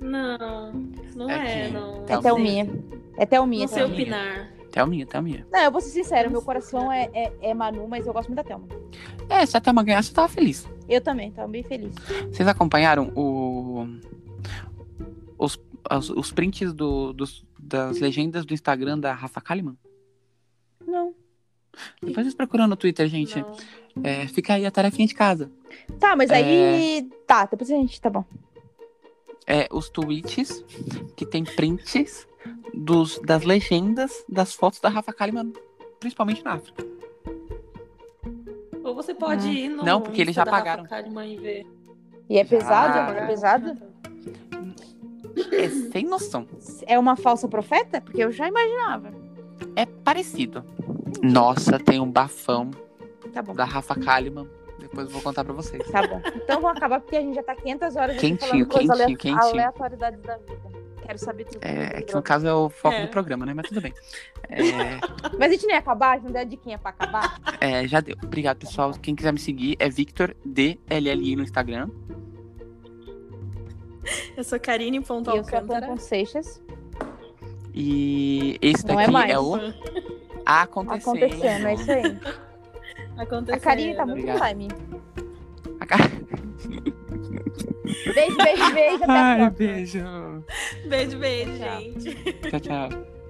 S2: Não, não
S1: É
S2: é,
S1: que- tá
S2: não.
S3: É
S1: Não
S2: Não sei.
S3: Thelminha. É Thelminha.
S2: Não sei
S3: Thelminha.
S1: Thelminha.
S2: opinar.
S1: Thelminha, Thelminha.
S3: Não, eu vou ser sincera, meu coração é, é, é Manu, mas eu gosto muito da Thelma.
S1: É, se a Thelma ganhasse, eu tava feliz.
S3: Eu também, tava bem feliz.
S1: Vocês acompanharam o... os, as- os prints do- dos- das legendas do Instagram da Rafa Kalimann?
S3: Não.
S1: Depois vocês procuram no Twitter, gente.
S2: Não.
S1: É, fica aí a tarefinha de casa.
S3: Tá, mas aí. Tá, depois a gente. Tá bom.
S1: É, os tweets que tem prints dos, das legendas das fotos da Rafa Kalimann, principalmente na África.
S2: Ou você pode
S3: Hum.
S2: ir no.
S1: Não, porque eles
S2: Insta
S1: já
S2: da
S1: pagaram.
S2: Rafa Kalimann e ver.
S3: E é
S1: Já.
S3: pesado?
S1: Ah,
S3: É pesado?
S1: É sem noção.
S3: É uma falsa profeta? Porque eu já imaginava.
S1: É parecido. Nossa, tem um bafão
S3: Tá bom.
S1: da Rafa Kalimann. Depois eu vou contar pra vocês.
S3: Tá bom. Então vamos acabar porque a gente já tá 500 horas aqui
S1: Quentinho,
S3: falando
S1: quentinho,
S3: coisas alea-
S1: quentinho.
S3: aleatoriedades da vida. Quero saber tudo.
S1: É,
S3: sobre
S1: que no
S3: droga.
S1: caso é o foco
S2: É.
S1: do programa, né? Mas tudo bem. É,
S3: Mas a gente não ia acabar, a gente não deu a diquinha pra acabar.
S1: é, já deu. Obrigado, pessoal. Quem quiser me seguir é Victor DLLI no Instagram.
S2: Eu sou Karine Ponto
S3: e eu sou a Pam
S2: Alcântara.
S3: com Seixas.
S1: E esse
S3: Não é
S1: daqui é,
S3: mais.
S1: o Acontecendo.
S3: Acontecendo, é isso aí.
S2: Aconteceu.
S3: A Karine tá muito
S1: Obrigado.
S3: time.
S1: A cara-
S3: Beijo, beijo, beijo. Até a
S1: Ai,
S3: próxima.
S1: beijo.
S2: Beijo, beijo,
S3: Tchau.
S2: gente.
S1: Tchau, tchau.